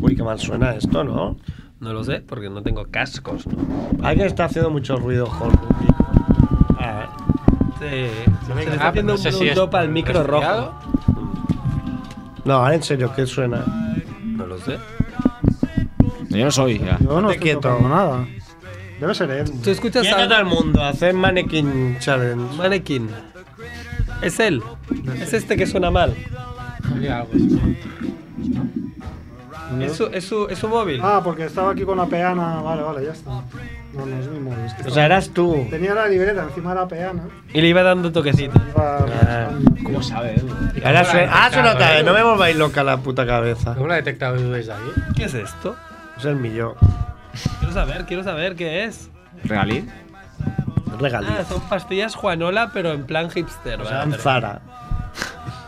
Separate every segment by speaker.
Speaker 1: Uy, qué mal suena esto, ¿no?
Speaker 2: No lo sé, porque no tengo cascos, ¿no?
Speaker 1: Alguien está haciendo mucho ruido, Jorge.
Speaker 2: Ah, sí. Se le está
Speaker 3: Ah,
Speaker 2: haciendo
Speaker 3: no sé
Speaker 2: un
Speaker 3: si es
Speaker 2: top al micro
Speaker 3: resfriado.
Speaker 2: rojo.
Speaker 1: No, ahora en serio, ¿qué suena?
Speaker 2: No lo sé.
Speaker 3: Yo no soy. Ya.
Speaker 4: Yo no
Speaker 1: Estate
Speaker 4: estoy
Speaker 1: quieto.
Speaker 4: tocando nada.
Speaker 1: Debe ser él.
Speaker 2: ¿Tú escuchas
Speaker 1: Llega
Speaker 2: a-
Speaker 1: todo el mundo a hacer Mannequin Challenge.
Speaker 2: Mannequin. Es él. Es este que suena mal. Es su, es su, es su móvil.
Speaker 4: Ah, porque estaba aquí con la peana. Vale, vale, ya está. No, no es mi móvil. es que
Speaker 1: O sea,
Speaker 4: estaba-
Speaker 1: eras tú.
Speaker 4: Tenía la libreta encima de la peana.
Speaker 2: Y le iba dando toquecitos.
Speaker 4: Iba
Speaker 1: Ah.
Speaker 4: buscando.
Speaker 5: ¿Cómo sabe, Edu?
Speaker 1: Ahora suena- ah, suena otra vez. No me volváis loca la puta cabeza.
Speaker 6: ¿Cómo la ha detectado Edu desde ahí?
Speaker 2: ¿Qué es esto?
Speaker 1: Es el millón.
Speaker 2: Quiero saber, quiero saber qué es.
Speaker 3: ¿Regalí?
Speaker 2: Ah,
Speaker 1: Regaliz.
Speaker 2: son pastillas Juanola, pero en plan hipster. ¿vale?
Speaker 1: Lanzara.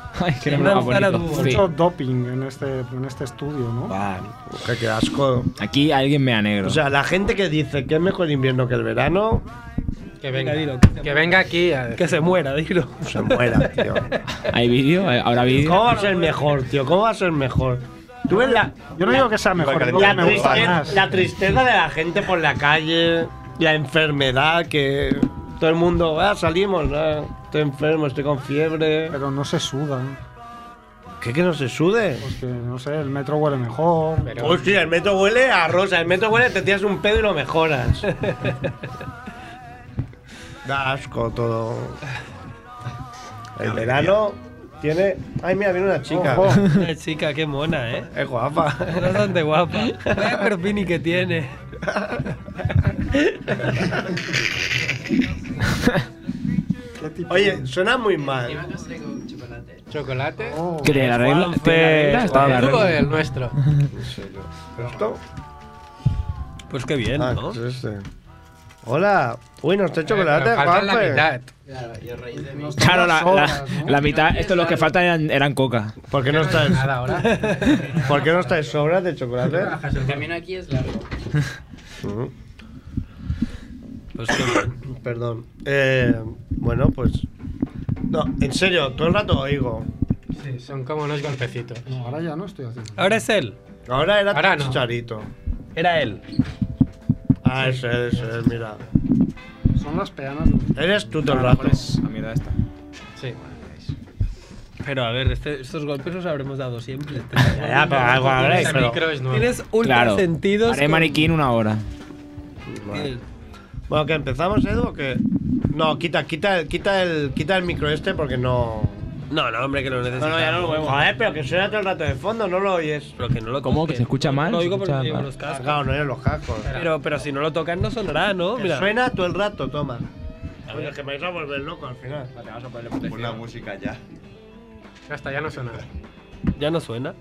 Speaker 3: Ay, que no me
Speaker 2: Una
Speaker 3: va
Speaker 2: manzana
Speaker 3: bonito.
Speaker 2: dulce.
Speaker 4: Mucho doping en este, en este estudio, ¿no?
Speaker 3: Vale.
Speaker 1: Que qué asco.
Speaker 3: Aquí alguien me negro.
Speaker 1: O sea, la gente que dice que es mejor invierno que el verano,
Speaker 6: Que venga,
Speaker 2: Venga, dilo, que se-
Speaker 6: que venga aquí a
Speaker 2: Que se muera, dilo.
Speaker 1: se muera, tío.
Speaker 3: ¿Hay vídeo? ¿Hay- ¿Habrá vídeo?
Speaker 1: ¿Cómo va a ser mejor, tío? ¿Cómo va a ser mejor? Tú ves la,
Speaker 4: Yo no digo que sea mejor, digo que
Speaker 1: la,
Speaker 4: me gusta
Speaker 1: triste-
Speaker 4: más.
Speaker 1: la tristeza de la gente por la calle, la enfermedad que todo el mundo, ah, salimos, ah, estoy enfermo, estoy con fiebre.
Speaker 4: Pero no se suda.
Speaker 1: ¿Qué que no se sude?
Speaker 4: Pues que, no sé, el metro huele mejor.
Speaker 6: Pero-
Speaker 1: Hostia, el metro huele a rosa, el metro huele, te tiras un pedo y lo mejoras. da asco todo. El verano tiene. Ay, mira, viene una chica.
Speaker 4: Ojo.
Speaker 2: Una chica, qué mona, ¿eh?
Speaker 1: Es guapa.
Speaker 2: Es bastante guapa. Vaya corpini que tiene.
Speaker 4: ¿Qué tipo
Speaker 1: Oye, suena muy mal.
Speaker 6: chocolate.
Speaker 4: Oh,
Speaker 3: ¿Que te la regla?
Speaker 2: Juanfe.
Speaker 3: ¿Te la
Speaker 6: Está
Speaker 3: regla?
Speaker 6: todo el nuestro.
Speaker 1: ¿Esto?
Speaker 2: Pues qué bien,
Speaker 1: Ah,
Speaker 2: ¿no?
Speaker 1: ¿qué es este? Hola. Uy, nos está chocolate,
Speaker 6: Pero falta la
Speaker 1: Juanfe.
Speaker 6: mitad.
Speaker 3: Claro, la, la-
Speaker 4: Horas, ¿no?
Speaker 3: la mitad, esto los que faltan eran, eran coca.
Speaker 1: ¿Por qué no estáis,
Speaker 6: Nada, ahora.
Speaker 1: ¿por qué no estáis sobras de chocolate?
Speaker 5: El camino aquí es largo.
Speaker 1: Mm.
Speaker 2: Pues qué bien.
Speaker 1: Perdón. Eh, bueno, pues. No, eh, en serio, todo el rato oigo.
Speaker 6: Sí, son como unos golpecitos.
Speaker 4: no, ahora ya no estoy haciendo.
Speaker 2: Ahora es él.
Speaker 1: Ahora era
Speaker 6: Ahora no.
Speaker 1: chicharito.
Speaker 2: Era él.
Speaker 1: Ah, ese, ese, mira.
Speaker 4: Son las peanas. de-
Speaker 1: Eres tú todo el rato.
Speaker 2: pues,
Speaker 3: La mierda esta.
Speaker 6: Sí.
Speaker 2: Pero a ver, este- estos golpes los habremos dado siempre.
Speaker 1: Ya, pero algo habréis,
Speaker 6: Ese
Speaker 1: pero-
Speaker 6: micro es nuevo.
Speaker 2: Tienes ultra
Speaker 3: Claro.
Speaker 2: sentidos.
Speaker 3: Haré
Speaker 2: con-
Speaker 3: maniquín una hora.
Speaker 1: Vale. Bueno, que empezamos, Edu, o que. No, quita, quita, quita el, quita el micro este porque no.
Speaker 2: No, no, hombre, que lo necesitamos.
Speaker 1: Joder, pero que suena todo el rato de fondo, no lo oyes.
Speaker 2: Pero que no lo
Speaker 3: ¿Cómo?
Speaker 2: toque.
Speaker 3: ¿Que se escucha
Speaker 2: No,
Speaker 3: mal?
Speaker 2: Lo
Speaker 3: ¿Se
Speaker 2: oigo porque
Speaker 3: escucha
Speaker 2: llevo
Speaker 3: mal?
Speaker 2: los
Speaker 1: Ah,
Speaker 2: cascos.
Speaker 1: Claro, no eres los cascos.
Speaker 2: Pero, pero si no lo tocan no sonará, ¿no?
Speaker 1: Que
Speaker 2: Mira.
Speaker 1: Suena todo el rato, toma. Oye, que me vais a volver loco al final.
Speaker 7: Pon la música ya.
Speaker 6: Hasta ya no suena.
Speaker 2: Ya no suena.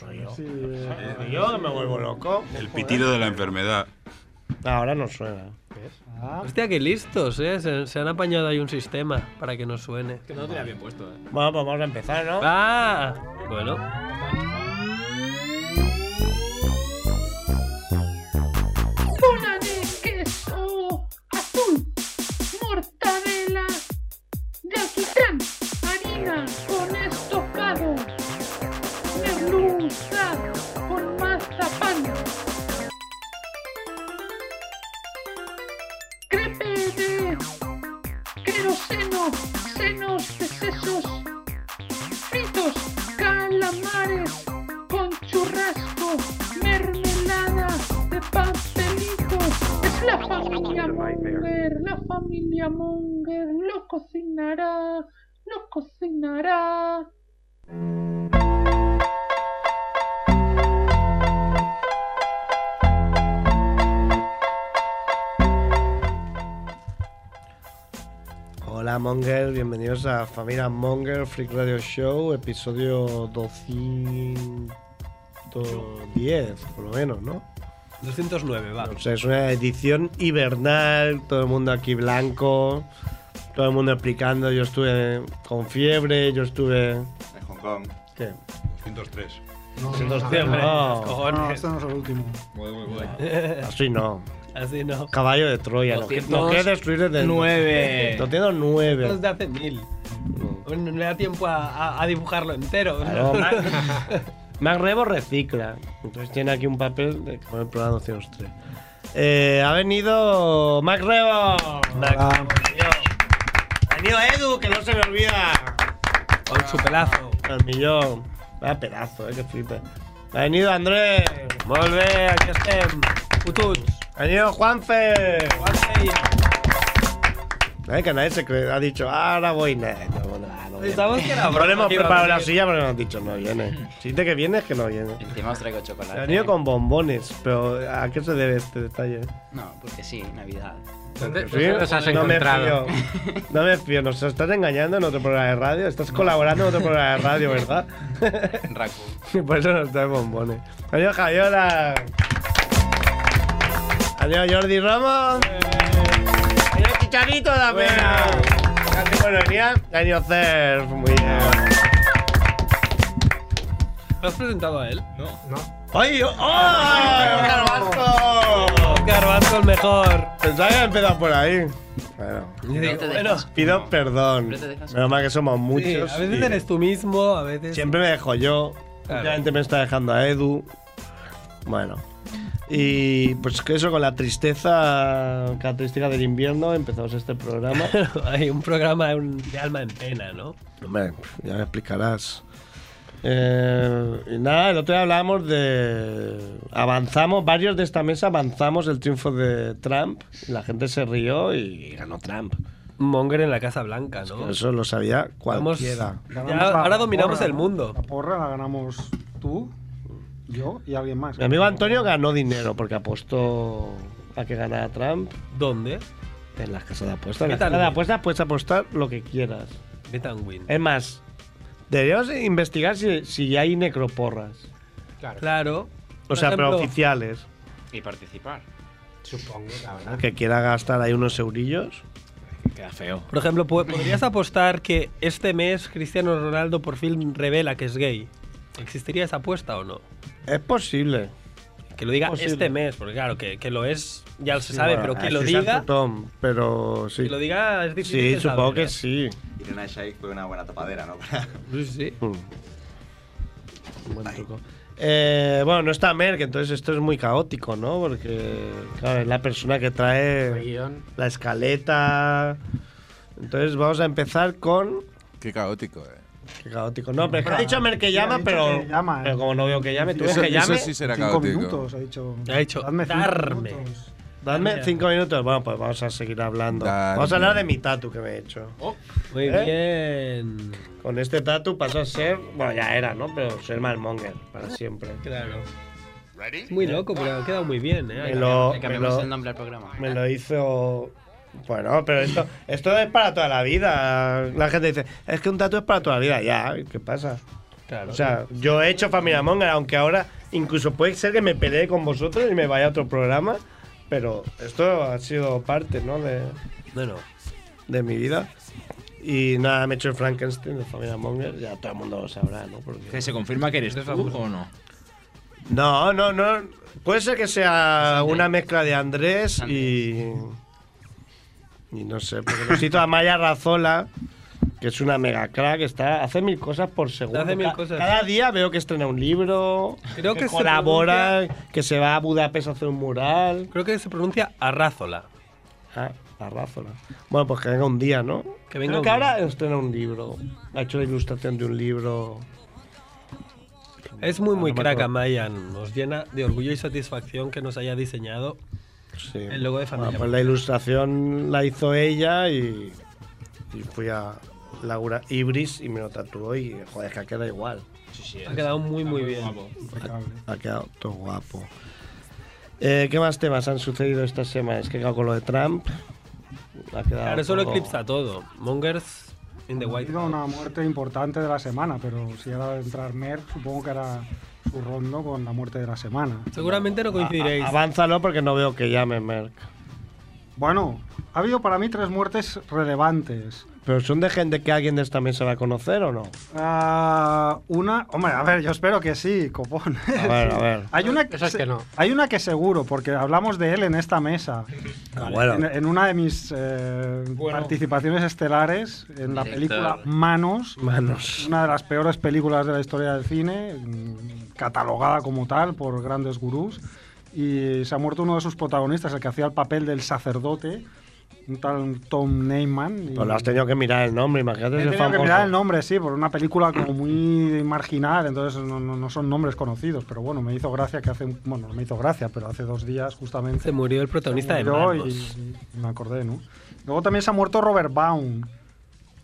Speaker 1: Soy yo.
Speaker 4: Sí, eh,
Speaker 1: Soy yo que me vuelvo loco.
Speaker 7: El pitido de la enfermedad.
Speaker 1: Ahora no suena.
Speaker 4: ah,
Speaker 2: Hostia, qué listos, ¿eh? Se, se han apañado ahí un sistema para que no suene. eh.
Speaker 1: Bueno, pues vamos a empezar, ¿no?
Speaker 2: ¡Ah! Bueno.
Speaker 8: Bola de queso azul, mortadela de alquitrán, harina con estocado, merluza con mazapán, crepe de queroseno, senos de sesos, fritos, calamares con churrasco, mermelada de pastelito. Es la familia Munger, la familia Munger lo cocinará, lo cocinará.
Speaker 1: Hola Monger, bienvenidos a Familia Monger Freak Radio Show, episodio 210, por lo menos, ¿no?
Speaker 2: 209, va.
Speaker 1: O sea, es una edición hibernal, todo el mundo aquí blanco, todo el mundo explicando, yo estuve con fiebre, yo estuve...
Speaker 7: En Hong Kong.
Speaker 1: ¿Qué?
Speaker 7: 203.
Speaker 4: no,
Speaker 1: Siento,
Speaker 4: no,
Speaker 1: hostia,
Speaker 4: no,
Speaker 1: hombre.
Speaker 4: no, no, este no es el último.
Speaker 1: Así no.
Speaker 2: Así no.
Speaker 1: Caballo de Troya, lo que, lo que es destruir desde...
Speaker 3: 9.
Speaker 1: 209.
Speaker 2: Los de hace mil. No, no le da tiempo a, a- a dibujarlo entero.
Speaker 1: Claro. Mac Rebo recicla. Entonces tiene aquí un papel de como el programa 203. Eh, ha venido Mac Rebo. Mac
Speaker 4: Hola.
Speaker 1: Rebo, tío. Ha venido Edu, que no se me olvida.
Speaker 2: Con su pelazo.
Speaker 1: Al millón. Vaya pedazo, eh, que flipa. Ha venido Andrés. Volve, aquí estem.
Speaker 2: Pututs.
Speaker 1: Ha venido Juanfe. Eh, que nadie se cree. Ha dicho, ahora voy. Nah, no, no, no, no viene.
Speaker 2: Pensamos que era
Speaker 1: Pero le
Speaker 2: broma,
Speaker 1: hemos
Speaker 2: que iba a
Speaker 1: preparado la
Speaker 2: venir.
Speaker 1: silla, pero nos han dicho, no viene. Si dice que viene, es que no viene.
Speaker 5: Encima os traigo
Speaker 1: Se ha
Speaker 5: chocolate.
Speaker 1: venido con bombones, pero ¿a qué se debe este detalle?
Speaker 5: No, porque sí, Navidad.
Speaker 6: ¿Dónde,
Speaker 1: Sí,
Speaker 6: dónde los has
Speaker 1: no me
Speaker 6: encontrado?
Speaker 1: fío. No me fío, nos estás engañando en otro programa de radio. Estás colaborando en otro programa de radio, ¿verdad?
Speaker 5: Raku.
Speaker 1: Y por eso nos trae bombones. Adiós, Javiola. Adiós, Jordi Ramos. Adiós, Chicharito también. Gracias por venir. Adiós, Cerf. Muy bien.
Speaker 2: ¿Lo has presentado a él? No.
Speaker 6: No.
Speaker 1: ¡Ay! ¡Oh! ¡Carvasco!
Speaker 2: Garbanzo el mejor.
Speaker 1: Pensaba que había empezado por ahí. Bueno.
Speaker 5: No te dejas.
Speaker 1: Pido perdón.
Speaker 5: Pero te dejas-
Speaker 1: Menos mal que somos muchos.
Speaker 2: a veces
Speaker 1: y
Speaker 2: eres tú mismo, a veces.
Speaker 1: Siempre me dejo yo.
Speaker 2: Claro.
Speaker 1: Últimamente me está dejando a Edu. Bueno. Y pues que eso, con la tristeza característica del invierno, empezamos este programa.
Speaker 2: Hay un programa de, un- de alma en pena, ¿no?
Speaker 1: Hombre, ya me explicarás. Eh, y nada, el otro día hablábamos de. Avanzamos, varios de esta mesa avanzamos el triunfo de Trump. La gente se rió y ganó Trump.
Speaker 2: Monger en la Casa Blanca, ¿no?
Speaker 1: Eso lo sabía
Speaker 2: Vamos-
Speaker 1: cualquiera.
Speaker 4: Ganamos
Speaker 2: Ya,
Speaker 4: la
Speaker 2: ahora dominamos
Speaker 4: porra,
Speaker 2: el
Speaker 4: ¿no?
Speaker 2: mundo.
Speaker 4: La porra la ganamos tú, yo y alguien más.
Speaker 1: Mi amigo Antonio ganó dinero porque apostó a que ganara Trump
Speaker 2: ¿Dónde?
Speaker 1: en las casas de apuestas. En
Speaker 2: ¿Qué
Speaker 1: las
Speaker 2: tal,
Speaker 1: casas de
Speaker 2: güey?
Speaker 1: apuestas puedes apostar lo que quieras.
Speaker 2: Bet and Win.
Speaker 1: Es más, deberíamos investigar si, si hay necroporras.
Speaker 6: Claro.
Speaker 2: Claro.
Speaker 1: O
Speaker 2: Por
Speaker 1: sea, pero
Speaker 2: ejemplo,
Speaker 1: oficiales.
Speaker 5: Y participar.
Speaker 6: Supongo, la verdad.
Speaker 1: Ah, Que quiera gastar ahí unos eurillos.
Speaker 3: Queda feo.
Speaker 2: Por ejemplo, po- ¿podrías apostar que este mes Cristiano Ronaldo por fin revela que es gay? ¿Existiría esa apuesta o no?
Speaker 1: Es posible.
Speaker 2: Que lo diga
Speaker 1: Posible.
Speaker 2: este mes, porque claro, que, que lo es, ya se
Speaker 1: Sí,
Speaker 2: sabe,
Speaker 1: bueno,
Speaker 2: pero que lo
Speaker 1: así se hace
Speaker 2: diga,
Speaker 1: Tom, pero sí.
Speaker 2: que lo diga es difícil.
Speaker 1: Sí,
Speaker 2: de
Speaker 1: supongo
Speaker 2: saber, ¿eh?
Speaker 1: que sí.
Speaker 7: Irena Shayk fue una buena tapadera, ¿no? Para-
Speaker 2: Sí, sí.
Speaker 1: Mm. Buen truco. Eh, bueno, no está Merck, entonces esto es muy caótico, ¿no? Porque, claro, es la persona que
Speaker 6: El
Speaker 1: trae
Speaker 6: guión.
Speaker 1: la escaleta. Entonces vamos a empezar con.
Speaker 7: Qué caótico, eh.
Speaker 1: Qué caótico. No, pero ha dicho Merck que
Speaker 4: Sí, ha
Speaker 1: llama,
Speaker 4: dicho
Speaker 1: pero.
Speaker 4: que llama, eh.
Speaker 1: Pero como no veo que llame, tú ves
Speaker 7: Eso,
Speaker 1: que
Speaker 7: eso
Speaker 1: llame.
Speaker 7: sí será
Speaker 4: Cinco
Speaker 7: caótico.
Speaker 4: minutos, ha dicho.
Speaker 2: Ha dicho,
Speaker 4: Dadme cinco
Speaker 2: darme.
Speaker 4: minutos.
Speaker 1: Dadme cinco minutos. Bueno, pues vamos a seguir hablando.
Speaker 7: Dale.
Speaker 1: Vamos a hablar de mi tatu que me he hecho.
Speaker 5: Oh,
Speaker 1: ¿Eh?
Speaker 2: Muy bien.
Speaker 1: Con este tatu pasó a ser. Bueno, ya era, ¿no? Pero ser malmonger para siempre.
Speaker 2: Claro. Es muy loco, pero ha quedado muy bien, ¿eh?
Speaker 1: Me lo,
Speaker 5: Le
Speaker 1: me
Speaker 5: cambiamos el
Speaker 1: lo,
Speaker 5: nombre al programa.
Speaker 1: me lo hizo. Bueno, pero esto, esto es para toda la vida. La gente dice, es que un tatu es para toda la vida. Ya, ¿qué pasa?
Speaker 2: Claro.
Speaker 1: O sea, yo he hecho Familia Monger, aunque ahora incluso puede ser que me pelee con vosotros y me vaya a otro programa, pero esto ha sido parte, ¿no? De,
Speaker 2: bueno,
Speaker 1: de mi vida. Y nada, me he hecho el Frankenstein de Familia Monger, ya todo el mundo lo sabrá, ¿no? Porque...
Speaker 3: ¿Se confirma que eres tú o no?
Speaker 1: No, no, no. Puede ser que sea una mezcla de Andrés y. Y no sé, porque lo cito a Maya Razola, que es una mega crack, está, hace mil cosas por segundo.
Speaker 2: Hace mil
Speaker 1: Ca-
Speaker 2: cosas.
Speaker 1: Cada día veo que estrena un libro,
Speaker 2: Creo que se
Speaker 1: colabora, que se va a Budapest a hacer un mural.
Speaker 2: creo que se pronuncia Arrázola.
Speaker 1: Ah, la Razola. Bueno, pues que venga un día, ¿no?
Speaker 2: Que venga
Speaker 1: Creo
Speaker 2: un
Speaker 1: que
Speaker 2: día.
Speaker 1: ahora estrena un libro. Ha hecho la ilustración de un libro.
Speaker 2: Es muy, muy
Speaker 1: Ah, No me
Speaker 2: crack
Speaker 1: acuerdo.
Speaker 2: Mayan. Nos llena de orgullo y satisfacción que nos haya diseñado.
Speaker 1: Sí.
Speaker 2: El logo de Familia
Speaker 1: pues la ilustración la hizo ella y, y fui a Laura Ibris y me lo tatuó y joder, que ha quedado igual.
Speaker 2: Ha quedado muy, muy bien.
Speaker 1: Ha quedado todo guapo. Eh, ¿Qué más temas han sucedido esta semana? Es que claro, con lo de Trump. Ha quedado
Speaker 2: Claro, eso lo
Speaker 1: todo-
Speaker 2: eclipsa todo. Mongers in the
Speaker 4: Ha
Speaker 2: White
Speaker 4: habido
Speaker 2: House.
Speaker 4: una muerte importante de la semana, pero si ahora va a entrar Mer, supongo que hará su rondo con la muerte de la semana.
Speaker 2: Seguramente no
Speaker 1: A- a-
Speaker 2: coincidiréis.
Speaker 1: Avánzalo porque no veo que llame Merck.
Speaker 4: Bueno, ha habido para mí tres muertes relevantes.
Speaker 1: Pero son de gente que alguien de esta mesa va a conocer o no?
Speaker 4: Ah, una, hombre, a ver, yo espero que sí, copón.
Speaker 1: A ver, a ver.
Speaker 4: Hay una,
Speaker 6: Eso es que no.
Speaker 4: hay una que seguro, porque hablamos de él en esta mesa.
Speaker 1: Ah,
Speaker 4: En,
Speaker 1: bueno.
Speaker 4: en una de mis eh, participaciones estelares en la
Speaker 5: Director.
Speaker 4: película Manos,
Speaker 1: Manos.
Speaker 4: una de las peores películas de la historia del cine, mm, catalogada como tal por grandes gurús. Y se ha muerto uno de sus protagonistas, el que hacía el papel del sacerdote, un tal Tom Neyman. y-
Speaker 1: Pues lo has tenido que mirar el nombre, imagínate
Speaker 4: He
Speaker 1: ese
Speaker 4: tenido que
Speaker 1: famoso.
Speaker 4: mirar el nombre, sí, por una película como muy marginal, entonces no, no- no son nombres conocidos, pero bueno, me hizo gracia que hace, un- bueno, no me hizo gracia, pero hace dos días justamente
Speaker 2: Se murió el protagonista de
Speaker 4: murió
Speaker 2: Marcos.
Speaker 4: y, y me acordé, ¿no? Luego también se ha muerto Robert Baum,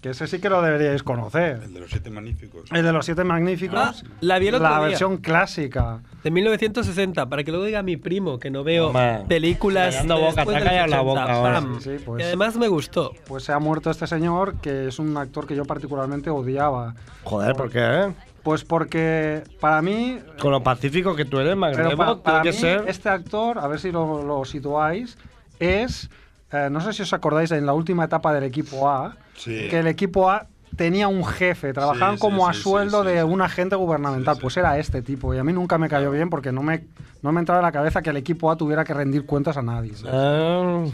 Speaker 4: que ese sí que lo deberíais conocer.
Speaker 9: El de los siete magníficos.
Speaker 4: El de los Siete Magníficos,
Speaker 2: Ah, la vi el otro
Speaker 4: la
Speaker 2: día.
Speaker 4: versión clásica.
Speaker 2: De 1960, para que lo diga mi primo, que no veo
Speaker 1: Toma.
Speaker 2: películas.
Speaker 1: Callando boca,
Speaker 2: después
Speaker 1: te ha
Speaker 2: del
Speaker 1: callado la
Speaker 2: 80,
Speaker 1: boca ahora.
Speaker 2: pam.
Speaker 4: Sí, sí, pues.
Speaker 2: Y además me gustó.
Speaker 4: Pues se ha muerto este señor, que es un actor que yo particularmente odiaba.
Speaker 1: Joder, ¿por qué? eh?
Speaker 4: Pues porque para mí
Speaker 1: Con lo pacífico que tú eres,
Speaker 4: Pero pa-
Speaker 1: Magrebo,
Speaker 4: para
Speaker 1: tiene que
Speaker 4: mí,
Speaker 1: ser.
Speaker 4: este actor, a ver si lo, lo situáis, es, eh, no sé si os acordáis, en la última etapa del equipo A,
Speaker 9: Sí.
Speaker 4: que el equipo A tenía un jefe, trabajaban
Speaker 9: sí,
Speaker 4: como a
Speaker 9: sí, sí,
Speaker 4: sueldo
Speaker 9: sí,
Speaker 4: de
Speaker 9: sí.
Speaker 4: un agente gubernamental,
Speaker 9: Sí, sí.
Speaker 4: pues era este tipo, y a mí nunca me cayó bien porque no me, no me entraba en la cabeza que el equipo A tuviera que rendir cuentas a nadie.
Speaker 1: Ah,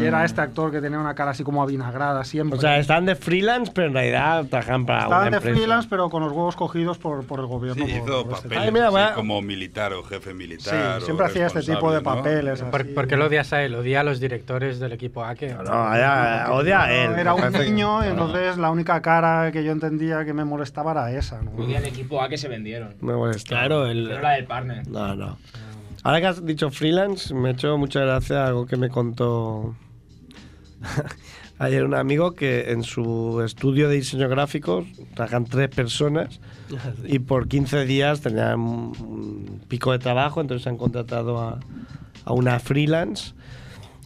Speaker 4: Y era este actor que tenía una cara así como avinagrada siempre.
Speaker 1: o sea, están de freelance, pero en realidad trabajan para
Speaker 4: Estaban
Speaker 1: una
Speaker 4: de
Speaker 1: empresa.
Speaker 4: freelance, pero con los huevos cogidos por, por el gobierno.
Speaker 9: Sí,
Speaker 4: por-
Speaker 9: hizo
Speaker 4: por este
Speaker 9: papeles
Speaker 1: Ay, mira,
Speaker 9: así
Speaker 1: va-
Speaker 9: como militar o jefe
Speaker 4: Sí,
Speaker 9: militar. o
Speaker 4: siempre hacía este tipo de
Speaker 9: responsable,
Speaker 4: papeles. así.
Speaker 6: ¿Por, por qué lo odias a él? Odia a los directores del equipo A que...
Speaker 1: No, no, allá, eh, odia a él.
Speaker 4: Era un
Speaker 1: Parece que-
Speaker 4: niño, y entonces la única cara que yo entendía que me molestaba era esa. ¿no?
Speaker 3: Odia al equipo A que se vendieron.
Speaker 1: Me molesta.
Speaker 2: Claro, el.
Speaker 3: Pero la del partner.
Speaker 1: No, no. Ahora que has dicho freelance, me ha hecho mucha gracia algo que me contó ayer un amigo que en su estudio de diseño gráfico trabajan tres personas y por 15 días tenían un pico de trabajo, entonces han contratado a, a una freelance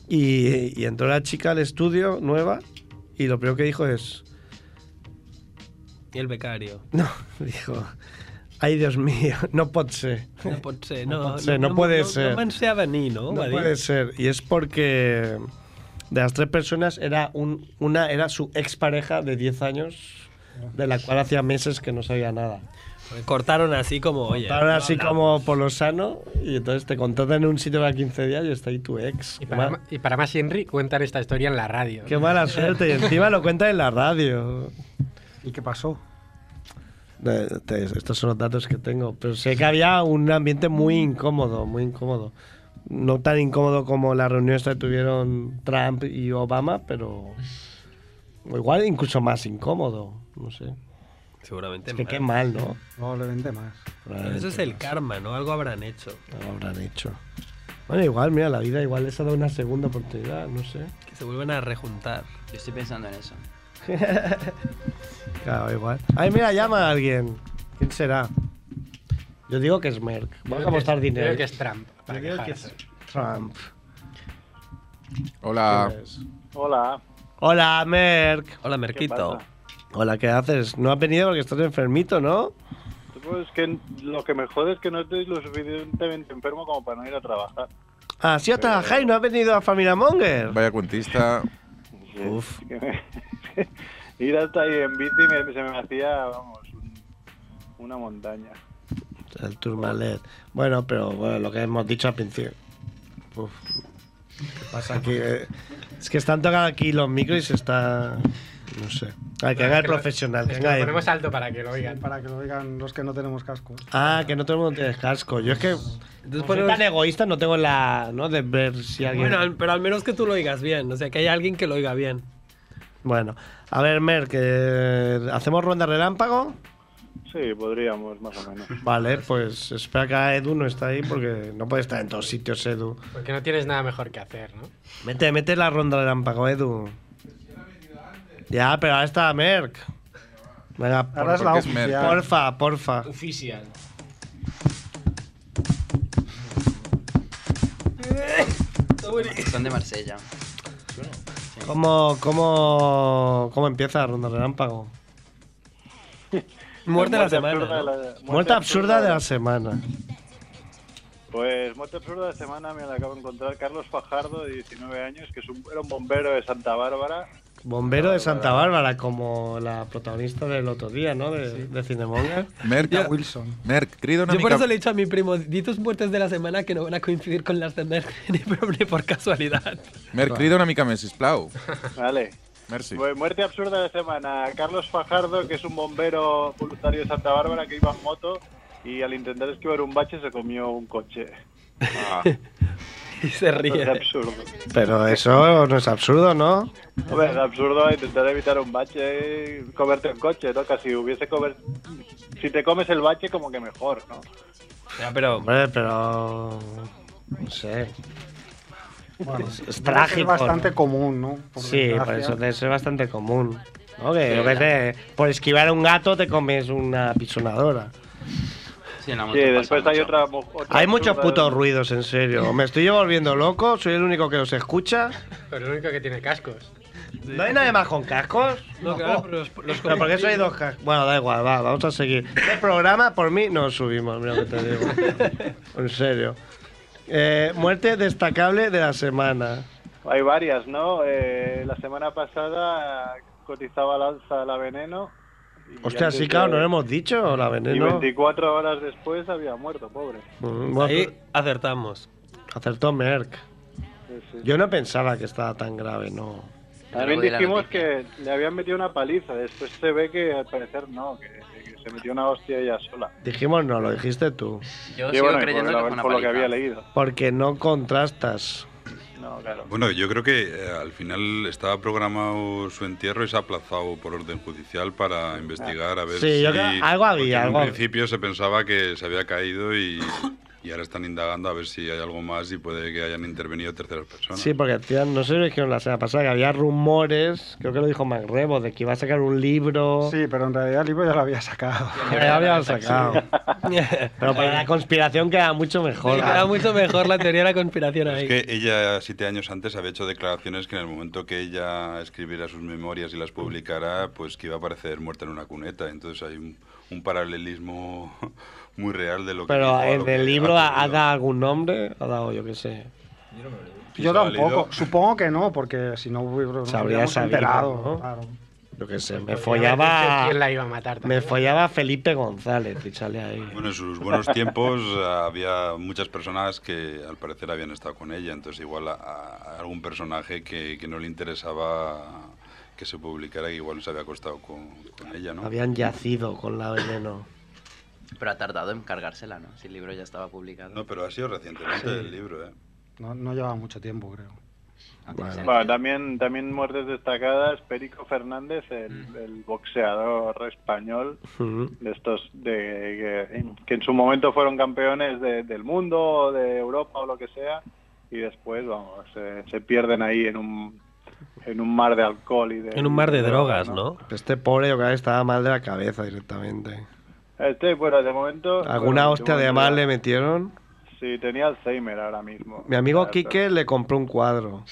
Speaker 1: y, y entró la chica al estudio nueva y lo primero que dijo es,
Speaker 2: Y el becario.
Speaker 1: no, dijo, ay Dios mío, no pot ser.
Speaker 2: No pot ser, no.
Speaker 1: No pot ser, no puede ser.
Speaker 2: No me'n sé a venir, no?
Speaker 1: No
Speaker 2: Va dir.
Speaker 1: puede ser. Y es porque de las tres personas era un, una era su expareja de 10 años, de la cual hacía meses que no sabía nada.
Speaker 2: Cortaron así como, oye.
Speaker 1: Ahora
Speaker 2: no
Speaker 1: así
Speaker 2: hablamos.
Speaker 1: como por lo sano, y entonces te contratan en un sitio para 15 días y está ahí tu ex.
Speaker 6: Y
Speaker 1: Qué,
Speaker 6: para,
Speaker 1: ma-
Speaker 6: ma- y para más Henry cuentan esta historia en la radio.
Speaker 1: qué mala suerte. Y encima lo cuenta en la radio.
Speaker 4: ¿Y qué pasó?
Speaker 1: Eh, te- Estos son los datos que tengo. Pero sé que había un ambiente muy incómodo, muy incómodo. No tan incómodo como la reunión esta que tuvieron Trump y Obama, pero o igual incluso más incómodo. No sé.
Speaker 2: Seguramente.
Speaker 1: Es que
Speaker 2: mal.
Speaker 1: qué mal, ¿no?
Speaker 4: Probablemente más.
Speaker 2: Pero Eso es el karma, ¿no? Algo habrán hecho.
Speaker 1: No lo habrán hecho. Bueno, igual, mira, la vida igual les ha dado una segunda oportunidad, no sé.
Speaker 2: Que se vuelven a rejuntar.
Speaker 5: Yo estoy pensando en eso.
Speaker 1: Claro, igual. Ay, mira, llama a alguien. ¿Quién será? Yo digo que es Merck. Vamos a apostar dinero.
Speaker 6: Creo que es Trump. para
Speaker 1: Yo creo que
Speaker 6: quejarse.
Speaker 1: es Trump.
Speaker 7: Hola.
Speaker 10: Hola,
Speaker 1: Hola, Merck.
Speaker 2: Hola,
Speaker 10: ¿qué
Speaker 2: Merquito.
Speaker 10: pasa?
Speaker 1: Hola, ¿qué haces? No has venido porque estás enfermito, ¿no?
Speaker 10: Pues que lo que me jode es que no estoy lo suficientemente enfermo como para no ir a trabajar.
Speaker 1: Ah, sí, os trabajáis, no has venido a Familia Monger.
Speaker 7: Eh, Vaya cuentista.
Speaker 1: Uf.
Speaker 10: Que me- ir hasta ahí en bici me- se me hacía, vamos, un- una montaña.
Speaker 1: El Tourmalet. Bueno, pero bueno, lo que hemos dicho al principio. Uf. ¿Qué pasa aquí? Eh, Es que están tocando aquí los micros y se está. No sé. Hay que haga el
Speaker 6: que lo-
Speaker 1: profesional. eh. que
Speaker 6: Es que
Speaker 1: haga
Speaker 6: lo
Speaker 1: el-
Speaker 6: ponemos alto para que lo oigan.
Speaker 4: Para que lo digan los que no tenemos cascos.
Speaker 1: Ah, que no todo el mundo tiene casco. Yo es que.
Speaker 2: Entonces
Speaker 1: Como soy
Speaker 2: ponemos-
Speaker 1: tan egoísta, no tengo la. ¿No? De ver si alguien.
Speaker 2: Bueno, al- pero al menos que tú lo oigas bien. O sea, que haya alguien que lo oiga bien.
Speaker 1: Bueno. A ver, Mer, que. ¿Hacemos ronda relámpago?
Speaker 10: Sí, podríamos, Pues más o menos.
Speaker 1: Vale, pues espera que Edu no está ahí porque no puede estar en todos sitios, Edu.
Speaker 6: Porque no tienes nada mejor que hacer, ¿no?
Speaker 1: Mete, mete la ronda de lámpago, Edu. Ya, pero ahora está Merck. Venga, por-
Speaker 4: Ahora es la
Speaker 7: porque es Merck.
Speaker 4: oficial.
Speaker 1: porfa, porfa.
Speaker 3: Oficial.
Speaker 5: Son de Marsella.
Speaker 1: ¿Cómo, cómo, ¿Cómo empieza la ronda de lámpago?
Speaker 2: Muerte de la semana.
Speaker 10: absurda de
Speaker 2: ¿no?
Speaker 10: la-
Speaker 1: Muerte absurda de la semana.
Speaker 10: Pues muerte absurda de la semana me la acabo de encontrar Carlos Fajardo, de 19 años, que es un, era un bombero de Santa Bárbara.
Speaker 1: Bombero de Santa Bárbara, como la protagonista del otro día, ¿no? De, de Cinemonger.
Speaker 7: Merck.
Speaker 4: Ya, Wilson.
Speaker 7: Merck, querido una
Speaker 2: Yo por
Speaker 7: mica-
Speaker 2: eso le he dicho a mi primo, di tus muertes de la semana que no van a coincidir con las de Merck, ni por- ni por casualidad.
Speaker 7: Merck, querido una mica més, sisplau.
Speaker 10: Vale.
Speaker 7: Merci.
Speaker 10: Pues muerte absurda de la semana. Carlos Fajardo, que es un bombero voluntario de Santa Bárbara que iba en moto y al intentar esquivar un bache se comió un coche.
Speaker 2: Ah. Y se
Speaker 10: Eso Es
Speaker 2: ríe.
Speaker 10: absurdo.
Speaker 1: Pero eso no es absurdo, ¿no?
Speaker 10: Hombre, es absurdo intentar evitar un bache y comerte un coche, ¿no? Casi hubiese comer... Si te comes el bache, como que mejor, ¿no?
Speaker 2: Ya, pero
Speaker 1: Hombre, pero. No sé.
Speaker 4: Bueno,
Speaker 1: Es- es
Speaker 4: debe ser
Speaker 1: trágico,
Speaker 4: bastante
Speaker 1: ¿no?
Speaker 4: común, ¿no? Por
Speaker 1: Sí, por
Speaker 4: desgracia.
Speaker 1: eso debe ser bastante común. ¿No? Que yo qué sé, por esquivar a un gato te comes una pisonadora.
Speaker 5: Sí, en la moto
Speaker 10: Sí,
Speaker 5: pasa
Speaker 10: después hay
Speaker 5: mucho.
Speaker 10: otra, mo- otra
Speaker 1: Hay muchos
Speaker 10: absurda-
Speaker 1: putos ruidos, en serio. Me estoy yo volviendo loco, soy el único que los escucha.
Speaker 6: Pero lo único que tiene cascos.
Speaker 1: ¿No hay nadie más con cascos?
Speaker 2: No, claro, pero los, los
Speaker 1: Pero porque eso hay dos cascos. Bueno, da igual, va, vamos a seguir. Este programa por mí no subimos, mira lo que te digo. En serio. Eh, muerte destacable de la semana.
Speaker 10: Hay varias, ¿no? Eh, la semana pasada cotizaba al alza la veneno. y
Speaker 1: Hostia,
Speaker 10: antes
Speaker 1: sí,
Speaker 10: de-
Speaker 1: claro, no lo hemos dicho, la
Speaker 10: Y
Speaker 1: veneno.
Speaker 10: 24 horas después había muerto, pobre.
Speaker 1: Mm, bueno,
Speaker 2: Ahí acertamos.
Speaker 1: Acertó Merck.
Speaker 10: Sí, sí.
Speaker 1: Yo no pensaba que estaba tan grave, no.
Speaker 10: También
Speaker 5: Luego de la
Speaker 10: dijimos
Speaker 5: noticia.
Speaker 10: que le habían metido una paliza, después se ve que al parecer no, que, que se metió una hostia ella sola.
Speaker 1: Dijimos no, lo dijiste tú.
Speaker 5: Yo
Speaker 10: Sí,
Speaker 5: sigo
Speaker 10: bueno, y
Speaker 5: creyendo
Speaker 10: por,
Speaker 5: que fue
Speaker 10: la-
Speaker 5: una
Speaker 10: por lo que
Speaker 5: paliza.
Speaker 10: había leído.
Speaker 1: Porque no contrastas.
Speaker 10: No, claro.
Speaker 9: Bueno, yo creo que eh, al final estaba programado su entierro y se ha aplazado por orden judicial para investigar a ver
Speaker 1: Sí,
Speaker 9: si...
Speaker 1: yo creo- algo había,
Speaker 9: porque En
Speaker 1: algo
Speaker 9: un
Speaker 1: había.
Speaker 9: principio se pensaba que se había caído y, y ahora están indagando a ver si hay algo más y puede que hayan intervenido terceras personas.
Speaker 1: Sí, porque decían, no sé si lo dijeron la semana pasada, que había rumores, creo que lo dijo Macrebo, de que iba a sacar un libro.
Speaker 4: Sí, pero en realidad el libro ya lo había sacado.
Speaker 1: que ya habían sacado. Pero para la conspiración queda mucho mejor.
Speaker 2: Era mucho mejor la teoría de la conspiración
Speaker 9: Es
Speaker 2: ahí.
Speaker 9: que ella siete años antes había hecho declaraciones que en el momento que ella escribiera sus memorias y las publicara, pues que iba a aparecer muerta en una cuneta. Entonces hay un, un paralelismo muy real de lo que... dijo
Speaker 1: Pero
Speaker 9: a lo
Speaker 1: en
Speaker 9: que
Speaker 1: el libro ha, ha
Speaker 9: ocurrido.
Speaker 1: dado algún nombre, ha dado yo qué sé.
Speaker 9: Si
Speaker 4: Yo
Speaker 9: se ha leído-
Speaker 4: tampoco. Supongo que no, porque si no hubiera
Speaker 1: Se habría sabido,
Speaker 4: enterado.
Speaker 1: ¿no?
Speaker 4: claro.
Speaker 1: Yo qué sé, me
Speaker 6: Podría haber dicho
Speaker 1: follaba.
Speaker 6: ¿Quién la iba a matar?
Speaker 1: Me
Speaker 6: también.
Speaker 1: follaba Felipe González y sale ahí.
Speaker 9: Bueno, en sus buenos tiempos eh, había muchas personas que al parecer habían estado con ella, entonces igual a, a algún personaje que, que no le interesaba que se publicara, que igual se había acostado con, con ella, ¿no?
Speaker 1: Habían yacido con la veneno.
Speaker 5: Pero ha tardado en cargársela, ¿no? Si el libro ya estaba publicado.
Speaker 9: No, pero ha sido recientemente el libro, ¿eh?
Speaker 4: No, no lleva mucho tiempo, creo.
Speaker 5: No tiene sentido.
Speaker 10: Bueno, también, también muertes destacadas, Perico Fernández, el,
Speaker 5: Mm.
Speaker 10: el boxeador español,
Speaker 1: Mm.
Speaker 10: de estos de, que, en- que en su momento fueron campeones de- del mundo, de Europa o lo que sea, y después, vamos, se, se pierden ahí en un, en un mar de alcohol y de...
Speaker 2: En un mar de drogas, ¿no?
Speaker 1: Este pobre yo creo que estaba mal de la cabeza directamente.
Speaker 10: Este, bueno, de momento...
Speaker 1: Alguna
Speaker 10: bueno,
Speaker 1: hostia de
Speaker 10: momento
Speaker 1: mal
Speaker 10: ya-
Speaker 1: le metieron.
Speaker 10: Sí, tenía Alzheimer ahora mismo.
Speaker 1: Mi amigo
Speaker 10: Claro,
Speaker 1: Quique le compró un cuadro.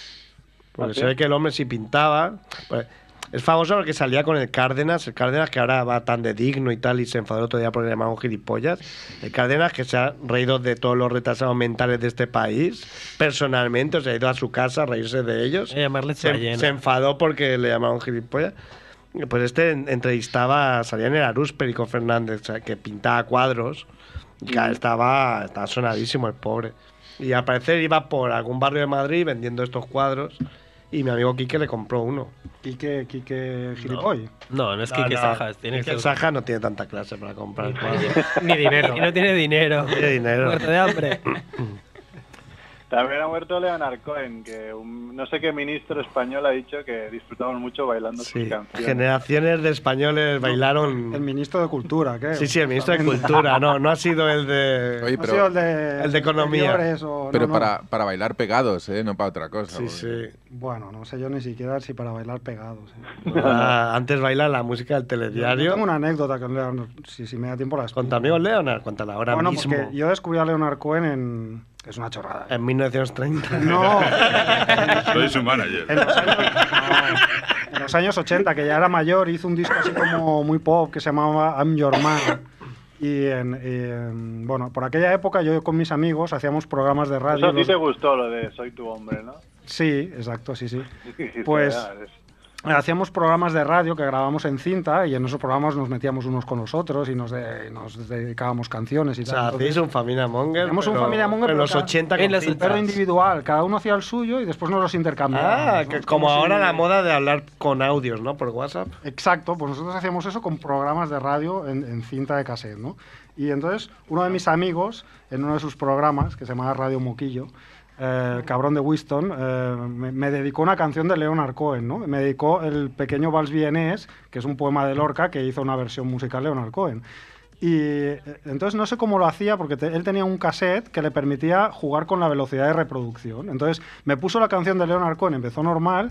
Speaker 1: Porque
Speaker 10: ¿Ah, sí?
Speaker 1: se ve que el hombre si pintaba. pues, es famoso porque salía con el Cárdenas, el Cárdenas que ahora va tan de digno y tal, y se enfadó el otro día porque le llamaban gilipollas. El Cárdenas que se ha reído de todos los retrasados mentales de este país, personalmente, o sea, ha ido a su casa a reírse de ellos.
Speaker 2: Eh, llamarle
Speaker 1: se,
Speaker 2: ballena.
Speaker 1: se enfadó porque le llamaron gilipollas. Pues este en- entrevistaba, salía en el Arús Perico Fernández, o sea, que pintaba cuadros. Y
Speaker 4: Mm.
Speaker 1: claro, estaba, estaba sonadísimo el pobre. Y al parecer iba por algún barrio de Madrid vendiendo estos cuadros. Y mi amigo Quique le compró uno.
Speaker 4: Quique, Quique Gilipoy.
Speaker 2: No, no es que que Sajas. Tiene que
Speaker 1: Quique
Speaker 2: ser-
Speaker 1: Saja no tiene tanta clase para comprar cuadros.
Speaker 6: Ni dinero.
Speaker 2: Y no tiene dinero.
Speaker 1: Tiene dinero.
Speaker 2: Muerto de hambre.
Speaker 10: También ha muerto Leonard Cohen, que un- no sé qué ministro español ha dicho que disfrutamos mucho bailando
Speaker 1: Sí.
Speaker 10: sus canciones.
Speaker 1: Generaciones de españoles
Speaker 4: El
Speaker 1: bailaron.
Speaker 4: ministro de Cultura, creo.
Speaker 1: Sí, sí, el ministro de
Speaker 4: También.
Speaker 1: Cultura. No, no ha sido el de.
Speaker 7: Oye,
Speaker 4: Ha
Speaker 7: pero-
Speaker 4: sido el
Speaker 3: Eh,
Speaker 4: de,
Speaker 1: el de Economía.
Speaker 4: Exteriores o- no,
Speaker 7: Pero
Speaker 4: no.
Speaker 7: para, para bailar pegados, ¿eh? No para otra cosa.
Speaker 1: Sí,
Speaker 7: porque-
Speaker 1: sí.
Speaker 4: Bueno, no sé yo ni siquiera si para bailar pegados. ¿eh?
Speaker 1: Ah, antes baila la música del
Speaker 4: Yo
Speaker 1: telediario.
Speaker 4: tengo una anécdota con Leonard, si, si me da tiempo la explico.
Speaker 1: Con tu amigo Leonard, cuéntala ahora
Speaker 4: Bueno,
Speaker 1: mismo.
Speaker 4: porque yo descubrí a Leonard Cohen en... Es una chorrada. ¿eh?
Speaker 1: En 1930.
Speaker 4: No,
Speaker 9: Soy su manager.
Speaker 4: en los, años, no, en los años 80, que ya era mayor, hizo un disco así como muy pop que se llamaba I'm Your Man. Y en- en- bueno, por aquella época yo con mis amigos hacíamos programas de
Speaker 10: Eso
Speaker 4: radio.
Speaker 10: a ti
Speaker 4: los-
Speaker 10: te gustó lo de Soy tu hombre, ¿no?
Speaker 4: Sí, exacto, sí, sí.
Speaker 10: Dijiste,
Speaker 4: Pues-
Speaker 10: "Ah, eres-".
Speaker 4: Hacíamos programas de radio que grabábamos en cinta y en esos programas nos metíamos unos con los otros y nos, de- nos dedicábamos canciones y
Speaker 1: O sea,
Speaker 4: tal. Entonces,
Speaker 1: hacéis un Familia Monger.
Speaker 4: Hacíamos un
Speaker 1: pero-
Speaker 4: Familia Monger,
Speaker 1: En
Speaker 4: pero
Speaker 1: los
Speaker 4: cada-
Speaker 1: 80
Speaker 2: en
Speaker 1: con
Speaker 2: las-
Speaker 1: cintas.
Speaker 4: pero individual, cada uno hacía el suyo y después nos los intercambiábamos.
Speaker 1: Ah,
Speaker 4: ¿no?
Speaker 1: que
Speaker 4: Es
Speaker 1: como
Speaker 4: si-
Speaker 1: ahora la moda de hablar con audios, ¿no? Por WhatsApp.
Speaker 4: Exacto, pues nosotros hacíamos eso con programas de radio en, en cinta de cassette, ¿no? Y entonces uno de mis amigos, en uno de sus programas, que se llama Radio Moquillo, eh, el cabrón de Winston, eh, me, me dedicó una canción de Leonard Cohen, ¿no? Me dedicó el pequeño vals vienés, que es un poema de Lorca que hizo una versión musical Leonard Cohen. Y eh, entonces no sé cómo lo hacía, porque te- él tenía un cassette que le permitía jugar con la velocidad de reproducción. Entonces me puso la canción de Leonard Cohen, empezó normal.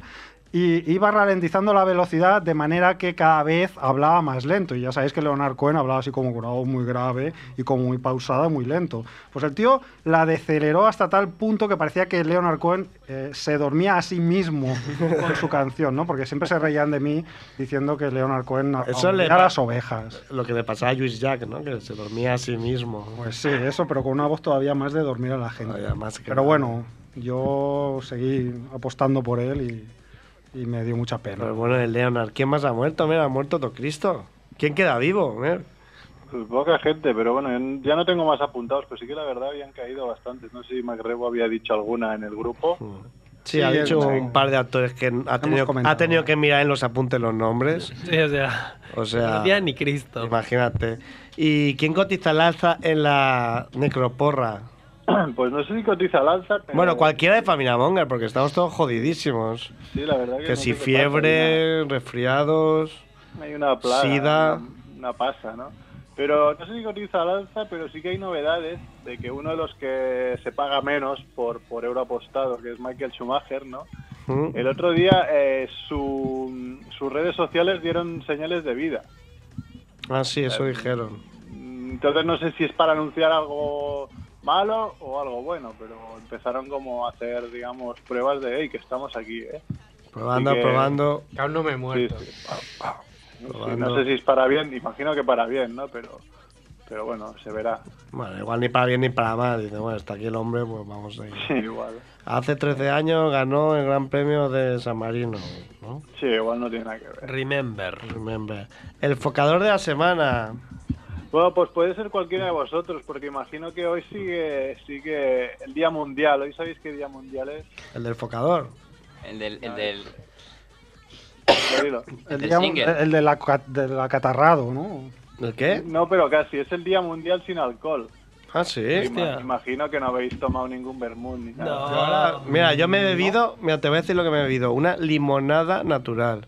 Speaker 4: Y iba ralentizando la velocidad de manera que cada vez hablaba más lento. Y ya sabéis que Leonard Cohen hablaba así como con una voz muy grave y como muy pausada, muy lento. Pues el tío la deceleró hasta tal punto que parecía que Leonard Cohen eh, se dormía a sí mismo con su canción, ¿no? Porque siempre se reían de mí diciendo que Leonard Cohen a
Speaker 1: Eso le
Speaker 4: a las
Speaker 1: pa-
Speaker 4: ovejas.
Speaker 1: Lo que le pasaba a Luis Jack, ¿no? Que se dormía a sí mismo.
Speaker 4: Pues sí, eso, pero con una voz todavía más de dormir a la gente.
Speaker 1: Todavía más que
Speaker 4: pero
Speaker 1: nada.
Speaker 4: bueno, yo seguí apostando por él y, y me dio mucha pena.
Speaker 1: Pero bueno, el Leonard, ¿quién más ha muerto? Mira, ha muerto todo Cristo. ¿Quién queda vivo? Mer?
Speaker 10: Pues poca gente, pero bueno, en- ya no tengo más apuntados, pero sí que la verdad habían caído bastantes. No sé si MacRebo había dicho alguna en el grupo.
Speaker 1: Sí, ha
Speaker 4: Sí,
Speaker 1: dicho
Speaker 4: sí.
Speaker 1: un par de actores que ha tenido,
Speaker 4: comentado.
Speaker 1: ha tenido que mirar en los apuntes los nombres.
Speaker 2: Sí, o sea,
Speaker 1: O
Speaker 2: no
Speaker 1: sea,
Speaker 2: había ni Cristo.
Speaker 1: imagínate. ¿Y quién cotiza al alza en la necroporra?
Speaker 10: Pues no sé si cotiza al alza. pero-
Speaker 1: Bueno, cualquiera de Familia Monger, porque estamos todos jodidísimos.
Speaker 10: Sí, la verdad que,
Speaker 1: Que
Speaker 10: no
Speaker 1: si
Speaker 10: sé qué pasa, hay
Speaker 1: fiebre, resfriados.
Speaker 10: una- Hay una plaga.
Speaker 1: sida.
Speaker 10: Una, una pasa, ¿no? Pero no sé si cotiza al alza, pero sí que hay novedades de que uno de los que se paga menos por, por euro apostado, que es Michael Schumacher, ¿no?
Speaker 1: ¿Mm?
Speaker 10: El otro día eh, su- sus redes sociales dieron señales de vida.
Speaker 1: Ah, sí, eso dijeron.
Speaker 10: Mm, Entonces no sé si es para anunciar algo malo o algo bueno, pero empezaron como a hacer, digamos, pruebas de, hey, que estamos aquí, ¿eh?
Speaker 1: Probando,
Speaker 10: que-
Speaker 1: probando.
Speaker 6: Que aún no me he muerto.
Speaker 10: Sí, sí. Sí,
Speaker 1: probando.
Speaker 10: no sé si es para bien, imagino que para bien, ¿no? Pero, pero bueno, se verá.
Speaker 1: Bueno, igual ni para bien ni para mal. Dice, bueno, está aquí el hombre, pues vamos a ir.
Speaker 10: Sí, igual.
Speaker 1: Hace 13 años ganó el Gran Premio de San Marino, ¿no?
Speaker 10: Sí, igual no tiene nada que ver.
Speaker 2: Remember.
Speaker 1: Remember. El focador de la semana.
Speaker 10: Bueno, pues puede ser cualquiera de vosotros, porque imagino que hoy sigue, sigue el Día Mundial. ¿Hoy sabéis qué Día Mundial es?
Speaker 1: El del focador.
Speaker 5: El del, el del,
Speaker 10: Lo digo.
Speaker 4: El,
Speaker 5: del
Speaker 4: día-
Speaker 5: single.
Speaker 4: el del aca- del acatarrado, ¿no?
Speaker 1: ¿El qué?
Speaker 10: No, pero casi, es el Día Mundial sin alcohol.
Speaker 1: Ah, sí.
Speaker 10: Ima- Imagino que no habéis tomado ningún vermut ni nada.
Speaker 1: Yo ahora- mira, yo me he bebido, mira, te voy a decir lo que me he bebido. Una limonada natural.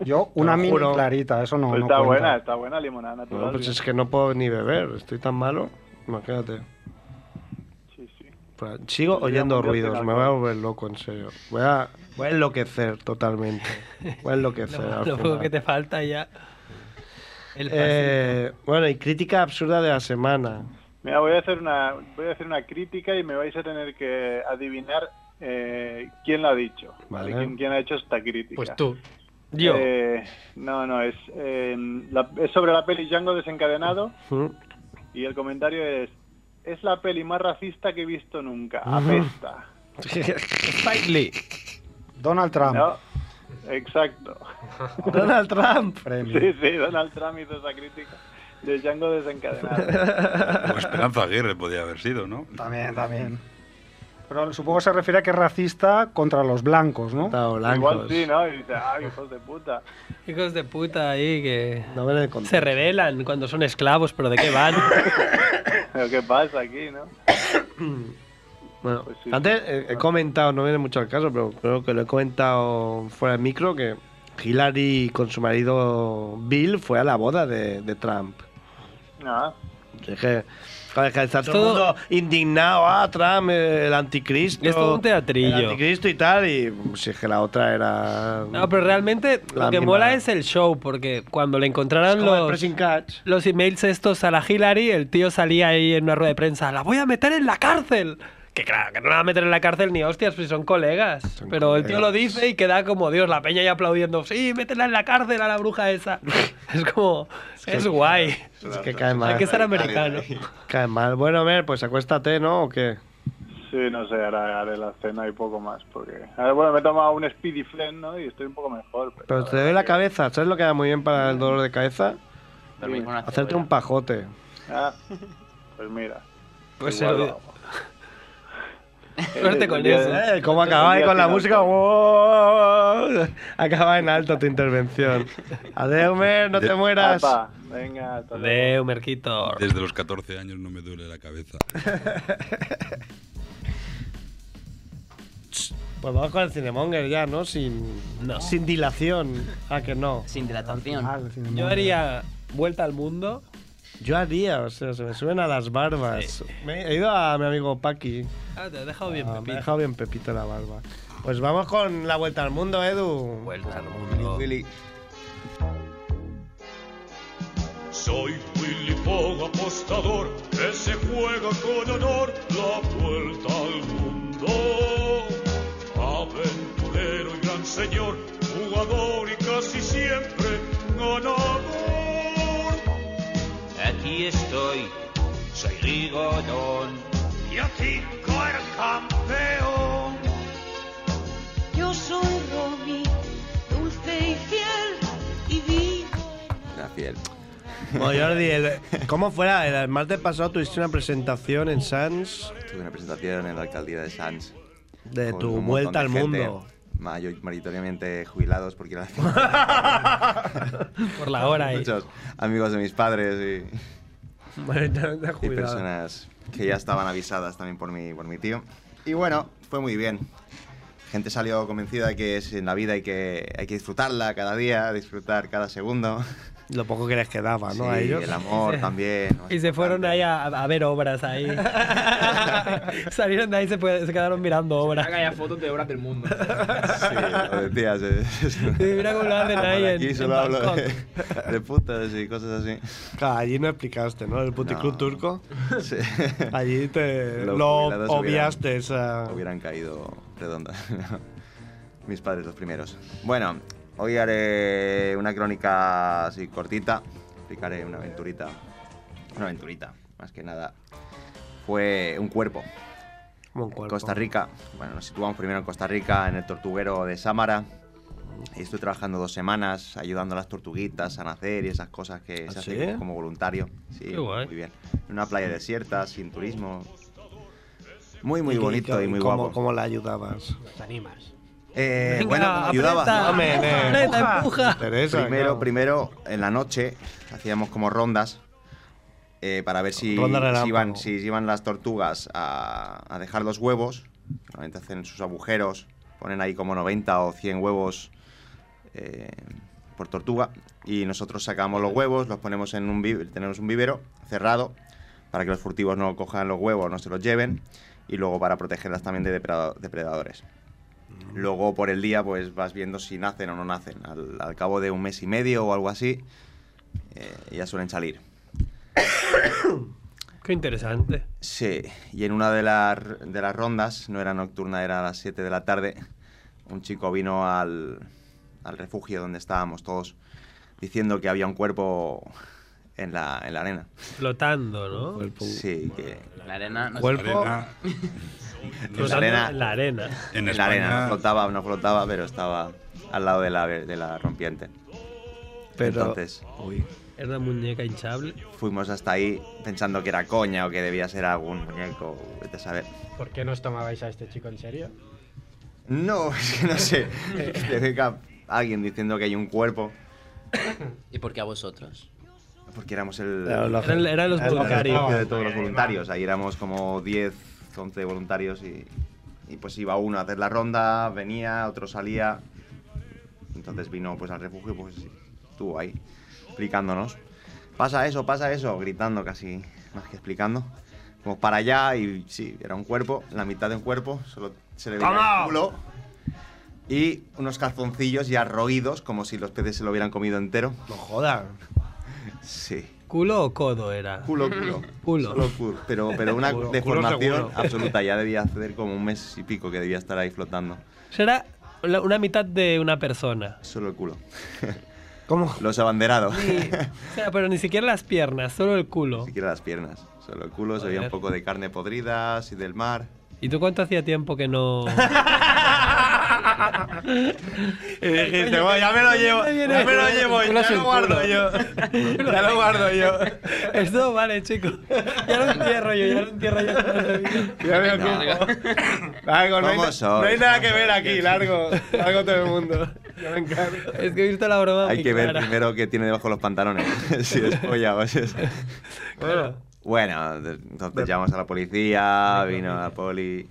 Speaker 4: Yo, una
Speaker 1: lo
Speaker 4: mini
Speaker 1: juro.
Speaker 4: clarita, eso no,
Speaker 10: Pues
Speaker 4: no
Speaker 10: está
Speaker 4: cuenta.
Speaker 10: buena, está buena limonada natural.
Speaker 1: Bueno, pues es que no puedo ni beber, estoy tan malo. Imagínate.
Speaker 10: Sí, sí.
Speaker 1: Pues Sigo
Speaker 10: Tendría
Speaker 1: oyendo
Speaker 10: mundial
Speaker 1: ruidos,
Speaker 10: sin
Speaker 1: me voy a
Speaker 10: alcohol.
Speaker 1: volver loco, en serio. Voy a, voy a enloquecer totalmente. Voy a enloquecer.
Speaker 2: Lo,
Speaker 1: al
Speaker 2: lo poco
Speaker 1: final.
Speaker 2: que te falta ya. El
Speaker 1: Eh, bueno, y crítica absurda de la semana.
Speaker 10: Mira, voy a hacer una voy a hacer una crítica y me vais a tener que adivinar eh, quién la ha dicho. ¿vale?
Speaker 1: Vale.
Speaker 10: ¿Quién, quién ha hecho esta crítica?
Speaker 6: Pues tú.
Speaker 2: Yo.
Speaker 10: Eh, no, no, es, eh, la- es sobre la peli Django desencadenado
Speaker 1: ¿Mm?
Speaker 10: y el comentario es es la peli más racista que he visto nunca. Apesta.
Speaker 2: Spike Lee.
Speaker 4: Donald Trump,
Speaker 10: ¿No? Exacto.
Speaker 1: Donald Trump.
Speaker 4: premio.
Speaker 10: Sí, sí, Donald Trump hizo esa crítica de Django desencadenado.
Speaker 9: O Esperanza Aguirre podía haber sido, ¿no?
Speaker 4: También, también. Pero supongo que se refiere a que es racista contra los blancos, ¿no?
Speaker 1: Estado
Speaker 10: Igual
Speaker 1: blancos.
Speaker 10: sí, ¿no? Y dice, ay, hijos de puta.
Speaker 2: Hijos de puta ahí que.
Speaker 1: No ven el contexto.
Speaker 2: Se rebelan cuando son esclavos, pero ¿de qué van?
Speaker 10: Pero ¿qué pasa aquí, no?
Speaker 1: Bueno,
Speaker 10: Pues sí.
Speaker 1: antes eh, he comentado, no viene mucho al caso, pero creo que lo he comentado fuera del micro, que Hillary con su marido Bill fue a la boda de, de Trump.
Speaker 10: Nada.
Speaker 1: Es que, claro, es que está todo,
Speaker 2: todo-
Speaker 1: el mundo indignado, ah, Trump, eh, el anticristo.
Speaker 2: Es todo un
Speaker 1: El
Speaker 2: teatrillo.
Speaker 1: anticristo y tal, y pues, si es que la otra era...
Speaker 2: No, pero realmente
Speaker 1: La
Speaker 2: lo que
Speaker 1: misma.
Speaker 2: mola es el show, porque cuando le
Speaker 1: Es
Speaker 2: encontraron
Speaker 1: como el
Speaker 2: los,
Speaker 1: pressing catch.
Speaker 2: los emails estos a la Hillary, el tío salía ahí en una rueda de prensa, la voy a meter en la cárcel. Que claro, que no la va a meter en la cárcel ni hostias, pues son colegas.
Speaker 1: Son
Speaker 2: Pero el tío lo
Speaker 1: colegas.
Speaker 2: dice y queda como Dios, la peña ahí aplaudiendo, sí, métela en la cárcel a la bruja esa. es como, es guay.
Speaker 1: Es que cae mal.
Speaker 2: Hay que ser americano.
Speaker 1: Cae mal. Bueno, Mer, pues acuéstate, ¿no? ¿O qué?
Speaker 10: Sí, no sé, ahora haré la cena y poco más, porque... A ver, bueno, me he tomado un Speedy Friend, ¿no? Y estoy un poco mejor. pues, Pero,
Speaker 1: Pero te doy la cabeza. ¿Sabes lo que da muy bien para el dolor de cabeza?
Speaker 5: dormir con una
Speaker 1: Hacerte
Speaker 5: cebolla.
Speaker 1: un pajote.
Speaker 10: Ah, pues mira.
Speaker 2: Pues
Speaker 10: igual
Speaker 2: el-
Speaker 10: lo hago.
Speaker 2: Suerte con
Speaker 10: Bien.
Speaker 2: eso.
Speaker 1: Eh, ¿Cómo acababa ahí con la música? ¡Wow! Acaba en alto tu intervención. Adeu, Mer, no te mueras.
Speaker 10: Apa, venga, hasta luego.
Speaker 2: Adeu, Merquito.
Speaker 9: Desde los 14 años no me duele la cabeza.
Speaker 1: Pues vamos con el Cinemonger ya, ¿no? Sin,
Speaker 2: No.
Speaker 1: sin dilación. Ah, que no. Ah,
Speaker 5: Sin dilatación.
Speaker 4: Mal, sin
Speaker 2: Yo
Speaker 4: embargo.
Speaker 2: haría vuelta al mundo.
Speaker 1: Yo haría, o sea, se me suben a las barbas. Me he ido a mi amigo Paki.
Speaker 2: Ah, te has dejado bien,
Speaker 1: Ah, me ha
Speaker 2: Pepito.
Speaker 1: dejado bien Pepito la barba. Pues vamos con la vuelta al mundo, Edu.
Speaker 2: Vuelta al mundo.
Speaker 11: Soy Willy Fogg, apostador, que se juega con honor la vuelta al mundo. Aventurero y gran señor, jugador y casi siempre ganador. Aquí estoy, soy Rigodón. Y aquí el campeón.
Speaker 8: Yo soy Romy, dulce y fiel, y vivo
Speaker 5: La fiel.
Speaker 1: Bueno, Jordi, el- ¿cómo fuera? El martes pasado tuviste una presentación en Sans
Speaker 12: Tuve una presentación en la alcaldía de Sanz.
Speaker 1: de
Speaker 12: con
Speaker 1: tu
Speaker 12: un montón
Speaker 1: vuelta
Speaker 12: de
Speaker 1: al
Speaker 12: gente,
Speaker 1: mundo.
Speaker 12: mayor- Mayoritariamente jubilados, porque eran
Speaker 2: Por la hora ahí.
Speaker 12: muchos amigos de mis padres y-
Speaker 1: Mayoritariamente
Speaker 12: y,
Speaker 1: jubilado.
Speaker 12: personas que ya estaban avisadas también por mi, por mi tío. Y bueno, fue muy bien. Gente salió convencida de que es en la vida hay que, hay que disfrutarla cada día, disfrutar cada segundo.
Speaker 1: Lo poco que les quedaba, ¿no?
Speaker 12: Sí,
Speaker 1: A ellos.
Speaker 12: el amor también.
Speaker 2: Y se fueron ahí a, a ver obras ahí. Salieron de ahí y se, fue- se quedaron mirando obras.
Speaker 3: Haga ya fotos de obras del mundo.
Speaker 12: Sí, lo decías. es- es-
Speaker 2: Y mira cómo lo hacen ahí en,
Speaker 12: Aquí
Speaker 2: en
Speaker 12: solo hablo
Speaker 2: Bangkok.
Speaker 12: de, de putas y cosas así.
Speaker 1: Claro, allí no explicaste, ¿no? El puticlub
Speaker 12: No.
Speaker 1: turco.
Speaker 12: Sí.
Speaker 1: Allí te
Speaker 12: Los
Speaker 1: lo
Speaker 12: jubilados
Speaker 1: obviaste esa.
Speaker 12: Hubieran caído redondas. Mis padres los primeros. Bueno, hoy haré una crónica así cortita. Explicaré una aventurita. Una aventurita, más que nada. Fue un cuerpo.
Speaker 1: Como un
Speaker 12: En
Speaker 1: cuerpo.
Speaker 12: Costa Rica. Bueno, nos situamos primero en Costa Rica, en el tortuguero de Sámara. Y estoy trabajando dos semanas ayudando a las tortuguitas a nacer y esas cosas que
Speaker 1: ¿Ah,
Speaker 12: se
Speaker 1: sí?
Speaker 12: hacen como voluntario. Sí,
Speaker 2: Qué guay.
Speaker 12: muy bien. En una playa desierta, sin turismo. Muy,
Speaker 1: ¿Y
Speaker 12: muy
Speaker 1: qué-
Speaker 12: bonito y muy
Speaker 1: cómo-
Speaker 12: guapo.
Speaker 1: ¿Cómo la ayudabas?
Speaker 6: Te animas.
Speaker 12: Eh,
Speaker 2: Venga,
Speaker 12: bueno, como ayudaba.
Speaker 2: aprieta,
Speaker 1: Hombre, eh.
Speaker 2: aprieta, empuja.
Speaker 1: Teresa.
Speaker 12: Primero,
Speaker 1: claro.
Speaker 12: primero, en la noche hacíamos como rondas eh, para ver si,
Speaker 1: Ronda relámpago.
Speaker 12: si iban, si iban las tortugas a, a dejar los huevos. Normalmente hacen sus agujeros, ponen ahí como 90 o 100 huevos eh, por tortuga. Y nosotros sacamos los huevos, los ponemos en un vivero, tenemos un vivero cerrado para que los furtivos no cojan los huevos, no se los lleven. Y luego para protegerlas también de depredado- depredadores. Luego por el día pues vas viendo si nacen o no nacen. Al, al cabo de un mes y medio o algo así, eh, ya suelen salir.
Speaker 2: Qué interesante.
Speaker 12: Sí, y en una de, las r- de las rondas, no era nocturna, era a las 7 de la tarde, un chico vino al, al refugio donde estábamos todos diciendo que había un cuerpo en la, en la arena.
Speaker 2: Flotando, ¿no?
Speaker 12: Sí, que...
Speaker 5: La arena no
Speaker 1: Cuerpo.
Speaker 9: Arena.
Speaker 12: Ah. en la
Speaker 2: Flotando
Speaker 12: arena,
Speaker 2: en la arena.
Speaker 9: En
Speaker 12: en la arena, no
Speaker 9: España,
Speaker 12: flotaba, no flotaba, pero estaba al lado de la, de la rompiente.
Speaker 1: Pero-
Speaker 12: Entonces,
Speaker 2: Era una muñeca hinchable.
Speaker 12: fuimos hasta ahí pensando que era coña o que debía ser algún muñeco, vete a saber.
Speaker 6: ¿Por qué no os tomabais a este chico en serio?
Speaker 12: No, es que no sé. Que Te venga alguien diciendo que hay un cuerpo,
Speaker 5: ¿Y por qué a vosotros?
Speaker 12: porque éramos el,
Speaker 1: Claro, lo-
Speaker 2: Eran, eran los
Speaker 1: Es lo que
Speaker 2: voluntarios.
Speaker 12: de todos los voluntarios. Ahí éramos como 10, 11 voluntarios y, y pues iba uno a hacer la ronda, venía, otro salía. Entonces vino pues al refugio, pues estuvo ahí explicándonos. Pasa eso, pasa eso, gritando casi más que explicando. Como para allá y sí, era un cuerpo, la mitad de un cuerpo, solo se le veía el culo. Y unos calzoncillos ya roídos, como si los peces se lo hubieran comido entero.
Speaker 1: No jodan.
Speaker 12: Sí.
Speaker 2: ¿Culo o codo era?
Speaker 12: Culo, culo.
Speaker 2: Culo.
Speaker 12: Solo culo. Pero, pero una
Speaker 1: Culo,
Speaker 12: deformación
Speaker 1: culo seguro.
Speaker 12: absoluta. Ya debía hacer como un mes y pico que debía estar ahí flotando.
Speaker 2: Será la- una mitad de una persona.
Speaker 12: Solo el culo.
Speaker 1: ¿Cómo?
Speaker 12: Los abanderados.
Speaker 2: O sea, pero ni siquiera las piernas, solo el
Speaker 12: Ni
Speaker 2: culo.
Speaker 12: siquiera las piernas. Solo el culo. Se veía
Speaker 2: Joder.
Speaker 12: un poco de carne podrida, así del mar.
Speaker 2: ¿Y tú cuánto hacía tiempo que no
Speaker 1: Y dijiste, bueno, ya me lo llevo, ya me lo llevo, ya lo guardo yo. Ya lo guardo yo.
Speaker 2: Esto vale, chico. Ya lo entierro yo, ya lo entierro yo.
Speaker 1: Ya me
Speaker 2: No.
Speaker 1: ocupo. Largo, no hay,
Speaker 2: ¿Cómo
Speaker 1: na-
Speaker 2: sois?
Speaker 1: no hay nada que ver aquí, largo. Largo todo el mundo. Yo me encargo.
Speaker 2: Es que he visto la broma.
Speaker 12: Hay
Speaker 2: muy
Speaker 12: que ver
Speaker 2: clara.
Speaker 12: primero qué tiene debajo los pantalones. si es polla o si es-
Speaker 1: Bueno,
Speaker 12: Bueno, de- entonces llamamos a la policía, vino la poli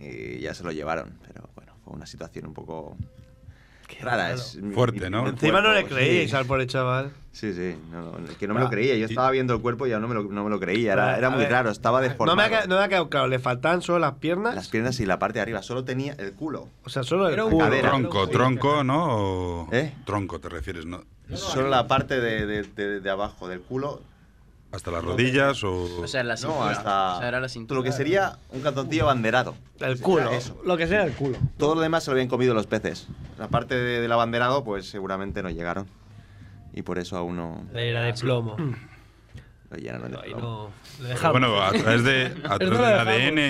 Speaker 12: y ya se lo llevaron. Pero bueno, fue una situación un poco rara. Es mi-
Speaker 9: Fuerte,
Speaker 12: mi
Speaker 9: ¿no?
Speaker 12: primer
Speaker 1: Encima no le
Speaker 12: cuerpo,
Speaker 1: creíais
Speaker 12: sí.
Speaker 1: al pobre chaval.
Speaker 12: Sí, sí, no, no, es que no me
Speaker 1: Ah,
Speaker 12: lo creía. Yo estaba viendo el cuerpo y ya no me lo, no me lo creía. Era, era
Speaker 1: A
Speaker 12: muy
Speaker 1: ver.
Speaker 12: raro, estaba
Speaker 1: No
Speaker 12: deformado.
Speaker 1: me, ha, qued- no me ha quedado claro, le faltaban solo las piernas.
Speaker 12: Las piernas y la parte de arriba, solo tenía el culo.
Speaker 1: O sea, solo el
Speaker 12: Era un
Speaker 1: culo.
Speaker 12: cadera.
Speaker 9: Tronco,
Speaker 12: Sí.
Speaker 9: tronco, ¿no? O-
Speaker 12: ¿Eh?
Speaker 9: Tronco te refieres, ¿no?
Speaker 12: Solo la parte de, de- de- de abajo del culo.
Speaker 9: ¿Hasta las rodillas o...?
Speaker 1: Mm.
Speaker 5: O sea, la
Speaker 12: No,
Speaker 5: cintura.
Speaker 12: hasta
Speaker 5: O sea, era la cintura.
Speaker 12: lo que sería un calzoncillo abanderado.
Speaker 1: El
Speaker 12: culo, Eso.
Speaker 1: Lo que sea el culo.
Speaker 12: Todo lo demás se lo habían comido los peces. La parte de- del abanderado, pues seguramente no llegaron. Y por eso aún no
Speaker 2: La era de plomo.
Speaker 12: lo llenaron de plomo.
Speaker 2: No, lo
Speaker 9: Pero
Speaker 2: dejamos.
Speaker 9: Bueno, a través, de, a eh,
Speaker 2: Esto
Speaker 9: través
Speaker 2: lo
Speaker 9: del
Speaker 2: dejamos.
Speaker 9: ADN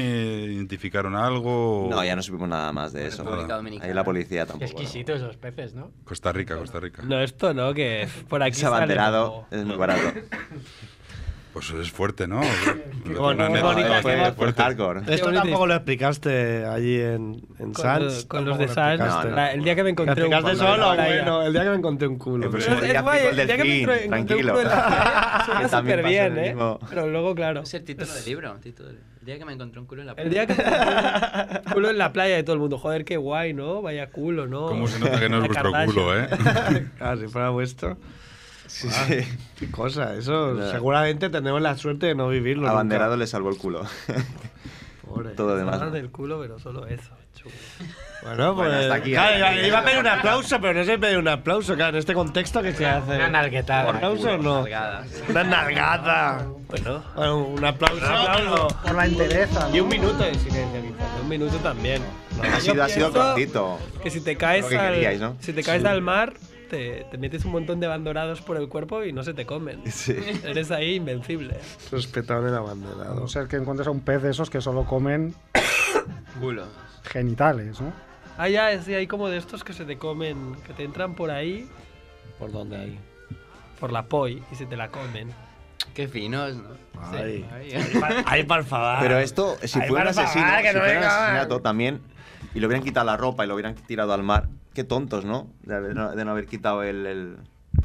Speaker 9: identificaron algo. o-
Speaker 12: No, ya no supimos nada más de eso.
Speaker 9: República
Speaker 12: Ahí la policía
Speaker 6: Qué
Speaker 12: tampoco.
Speaker 6: exquisitos los peces, ¿no?
Speaker 9: Costa Rica, Costa Rica.
Speaker 2: No, esto no, que por aquí
Speaker 12: Ese
Speaker 2: sale
Speaker 12: abanderado
Speaker 2: como-
Speaker 12: es muy barato.
Speaker 9: Pues es fuerte, ¿no? Una
Speaker 1: bonito, bonito,
Speaker 9: neta- una
Speaker 1: qué
Speaker 9: neta
Speaker 1: bonito.
Speaker 9: fuerte.
Speaker 12: Hardcore.
Speaker 1: Esto
Speaker 2: bonito.
Speaker 1: tampoco lo explicaste allí en, en
Speaker 2: Con,
Speaker 1: Sans.
Speaker 2: lo- con
Speaker 1: tampoco
Speaker 2: los de
Speaker 1: lo
Speaker 2: Sans,
Speaker 1: explicaste.
Speaker 2: la- el día que me
Speaker 1: Que
Speaker 2: encontré un
Speaker 1: explicaste solo lo
Speaker 2: Ahora ya.
Speaker 1: bueno, el día que me encontré un culo.
Speaker 12: Pero
Speaker 2: Es,
Speaker 12: eso
Speaker 2: es
Speaker 12: sería
Speaker 2: guay,
Speaker 12: pico
Speaker 2: el día que me
Speaker 12: delfín,
Speaker 2: encontré encontré un
Speaker 12: tranquilo.
Speaker 2: culo en la playa, suena
Speaker 12: Que también
Speaker 2: súper
Speaker 12: pasa
Speaker 2: bien,
Speaker 12: lo
Speaker 2: ¿eh?
Speaker 12: mismo.
Speaker 2: Pero luego, claro,
Speaker 5: Es el título del libro. título del- El día que me encontré un culo en la
Speaker 2: el día que me encontré un culo en la playa de todo el mundo, joder, qué guay, ¿no? Vaya culo, ¿no?
Speaker 9: ¿Cómo se nota que no es
Speaker 2: La
Speaker 9: vuestro
Speaker 2: Kardashian.
Speaker 9: culo, eh?
Speaker 1: Ah, si fuera vuestro.
Speaker 12: Sí,
Speaker 1: Ah,
Speaker 12: sí.
Speaker 1: Qué cosa, eso
Speaker 12: Nada.
Speaker 1: seguramente tenemos la suerte de no vivirlo.
Speaker 12: Abanderado le salvó el culo.
Speaker 1: nunca. Pobre.
Speaker 12: Todo lo demás.
Speaker 2: Hablar
Speaker 12: no.
Speaker 2: del culo, pero solo eso, chulo.
Speaker 1: Bueno, pues.
Speaker 12: Bueno, hasta aquí. ¿eh?
Speaker 1: claro, iba- iba a pedir un aplauso, pero no sé pedir un aplauso, claro, en este contexto que se hace.
Speaker 6: Una nalguetada.
Speaker 1: ¿Un aplauso o no? Una nalgada.
Speaker 2: Bueno,
Speaker 1: Bueno, un aplauso.
Speaker 4: Por la entereza. ¿no?
Speaker 2: y un minuto de silencio, quizás, un minuto también.
Speaker 12: Ha sido, ha sido cortito.
Speaker 2: Que si te caes,
Speaker 12: Lo que
Speaker 2: al,
Speaker 12: queríais, ¿no?
Speaker 2: si te caes al mar, te, te metes un montón de abandonados por el cuerpo y no se te comen.
Speaker 12: Sí.
Speaker 2: Eres ahí invencible.
Speaker 1: Respetable el abanderado.
Speaker 4: No ser que encuentres a un pez de esos que solo comen
Speaker 5: Culo.
Speaker 4: genitales, ¿no?
Speaker 2: Ah, ya, es- hay como de estos que se te comen, que te entran por ahí,
Speaker 1: ¿Por dónde hay?
Speaker 2: por la poi, y se te la comen.
Speaker 5: Qué finos, ¿no? Sí,
Speaker 1: Ay.
Speaker 5: ahí.
Speaker 1: Ay, por favor.
Speaker 12: Pero esto, si
Speaker 1: Ay,
Speaker 12: fuera un
Speaker 1: por favor,
Speaker 12: asesino,
Speaker 1: que
Speaker 12: si
Speaker 1: no
Speaker 12: fuera un
Speaker 1: venga.
Speaker 12: asesinato también, y le hubieran quitado la ropa y lo hubieran tirado al mar, qué tontos, ¿no? De, haber- no- de no haber quitado el, el-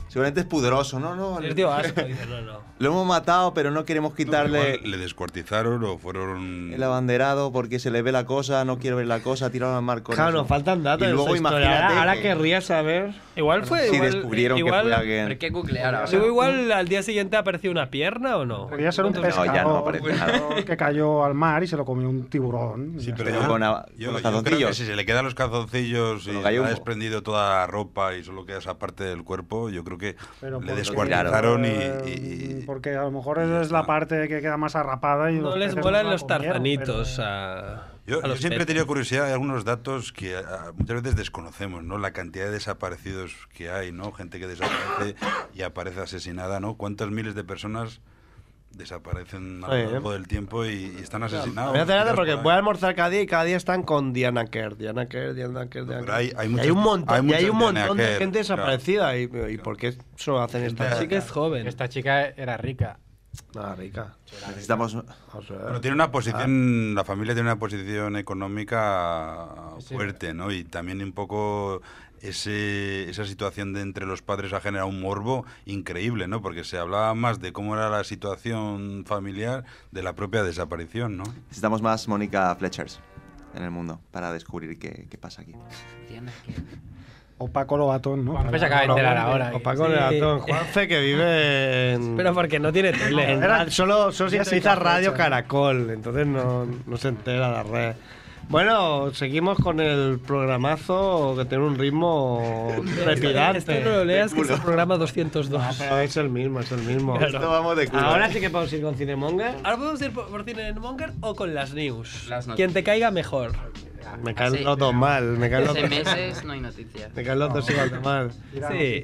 Speaker 12: Seguramente es pudoroso, no, no.
Speaker 2: Les
Speaker 12: le-
Speaker 2: dio asco, dice, no, no.
Speaker 12: Lo hemos matado, pero no queremos quitarle
Speaker 9: Igual le descuartizaron o fueron.
Speaker 12: el abanderado porque se le ve la cosa, no quiero ver la cosa, tirado al mar con
Speaker 1: Claro,
Speaker 12: eso.
Speaker 1: nos faltan datos.
Speaker 12: Y
Speaker 1: de
Speaker 12: luego
Speaker 1: esa historia.
Speaker 12: imagínate
Speaker 1: Ahora, ahora
Speaker 12: que-
Speaker 1: querría saber.
Speaker 2: Igual fue.
Speaker 12: Si
Speaker 2: igual,
Speaker 12: descubrieron
Speaker 2: igual,
Speaker 12: que fue alguien.
Speaker 5: Pero hay que googlear ahora.
Speaker 2: Luego igual al día siguiente apareció una pierna o no.
Speaker 4: Podría ser un
Speaker 2: Entonces,
Speaker 12: No, ya no
Speaker 4: pescador
Speaker 12: aparece nada.
Speaker 4: que cayó al mar y se lo comió un tiburón.
Speaker 9: Sí, pero
Speaker 12: Pero
Speaker 9: yo,
Speaker 12: con a-
Speaker 9: yo-
Speaker 12: con los
Speaker 9: yo creo que
Speaker 12: calzoncillos.
Speaker 9: si se le quedan los calzoncillos y
Speaker 12: Con los
Speaker 9: se le ha
Speaker 12: gallumbo.
Speaker 9: desprendido toda la ropa y solo queda esa parte del cuerpo, yo creo que
Speaker 4: Pero
Speaker 9: le
Speaker 4: porque-
Speaker 9: descuartizaron y.
Speaker 4: Eh,
Speaker 9: y-
Speaker 4: Porque a lo mejor
Speaker 9: y ya
Speaker 4: esa es la
Speaker 9: está.
Speaker 4: parte que queda más arrapada y
Speaker 2: No
Speaker 4: los
Speaker 2: les
Speaker 4: peces no
Speaker 2: molan
Speaker 4: la
Speaker 2: los
Speaker 4: comieron,
Speaker 2: tarzanitos
Speaker 4: pero-
Speaker 2: a,
Speaker 9: Yo,
Speaker 2: a
Speaker 9: yo
Speaker 2: los
Speaker 9: siempre he
Speaker 2: peces.
Speaker 9: tenido curiosidad de algunos datos que ah, muchas veces desconocemos, ¿no? La cantidad de desaparecidos que hay, ¿no? Gente que desaparece y aparece asesinada, ¿no? ¿Cuántas miles de personas desaparecen a
Speaker 1: Oye,
Speaker 9: lo largo del tiempo y, y están asesinados?
Speaker 1: Voy a hacer algo porque
Speaker 9: Por ahí.
Speaker 1: voy a almorzar cada día y cada día están con Diana Kerr, Diana Kerr, Diana Kerr, Diana
Speaker 9: pero
Speaker 1: Kerr.
Speaker 9: hay- hay
Speaker 1: Y
Speaker 9: muchas-
Speaker 1: un montón,
Speaker 9: hay
Speaker 1: y hay
Speaker 9: muchas
Speaker 1: un
Speaker 9: Diana
Speaker 1: montón de
Speaker 9: Kerr,
Speaker 1: gente
Speaker 9: claro.
Speaker 1: desaparecida. ¿Y, y por qué solo hacen esta
Speaker 2: Sí que es joven.
Speaker 6: Esta chica era rica.
Speaker 1: Nada, Ah, rica.
Speaker 12: Necesitamos...
Speaker 1: O sea,
Speaker 9: Bueno, tiene una
Speaker 2: Ah.
Speaker 9: posición, la familia tiene una posición económica
Speaker 6: Sí.
Speaker 9: fuerte, ¿no? Y también un poco ese, esa situación de entre los padres ha generado un morbo increíble, ¿no? Porque se hablaba más de cómo era la situación familiar de la propia desaparición, ¿no?
Speaker 12: Necesitamos más Mónica Fletchers en el mundo para descubrir qué, qué pasa aquí.
Speaker 5: Diana, qué-
Speaker 4: O Paco Lobatón, ¿no?
Speaker 6: Juanfe se acaba de enterar ahora.
Speaker 1: O Paco
Speaker 2: Sí.
Speaker 1: Leatón, Juanfe que vive en.
Speaker 2: Pero porque no tiene tele.
Speaker 1: en ra- solo, solo sintoniza Radio Caracol, entonces no, no se entera la red. Bueno, seguimos con el programazo que tiene un ritmo
Speaker 2: Esto Este no
Speaker 1: trepidante.
Speaker 2: lo leas, que es el programa 202.
Speaker 1: Ah, pero es el mismo, es el mismo.
Speaker 12: Esto vamos de culo.
Speaker 1: Ahora sí que podemos ir con Cinemonga.
Speaker 2: Ahora podemos ir por, por Cinemonger o con las news.
Speaker 5: Las noticias.
Speaker 2: Quien te caiga mejor.
Speaker 1: Me caen
Speaker 5: Hace-
Speaker 1: los dos mal, me caen los
Speaker 5: Hace
Speaker 1: dos,
Speaker 5: meses no hay noticias.
Speaker 1: me caen los dos igual de mal.
Speaker 2: Sí.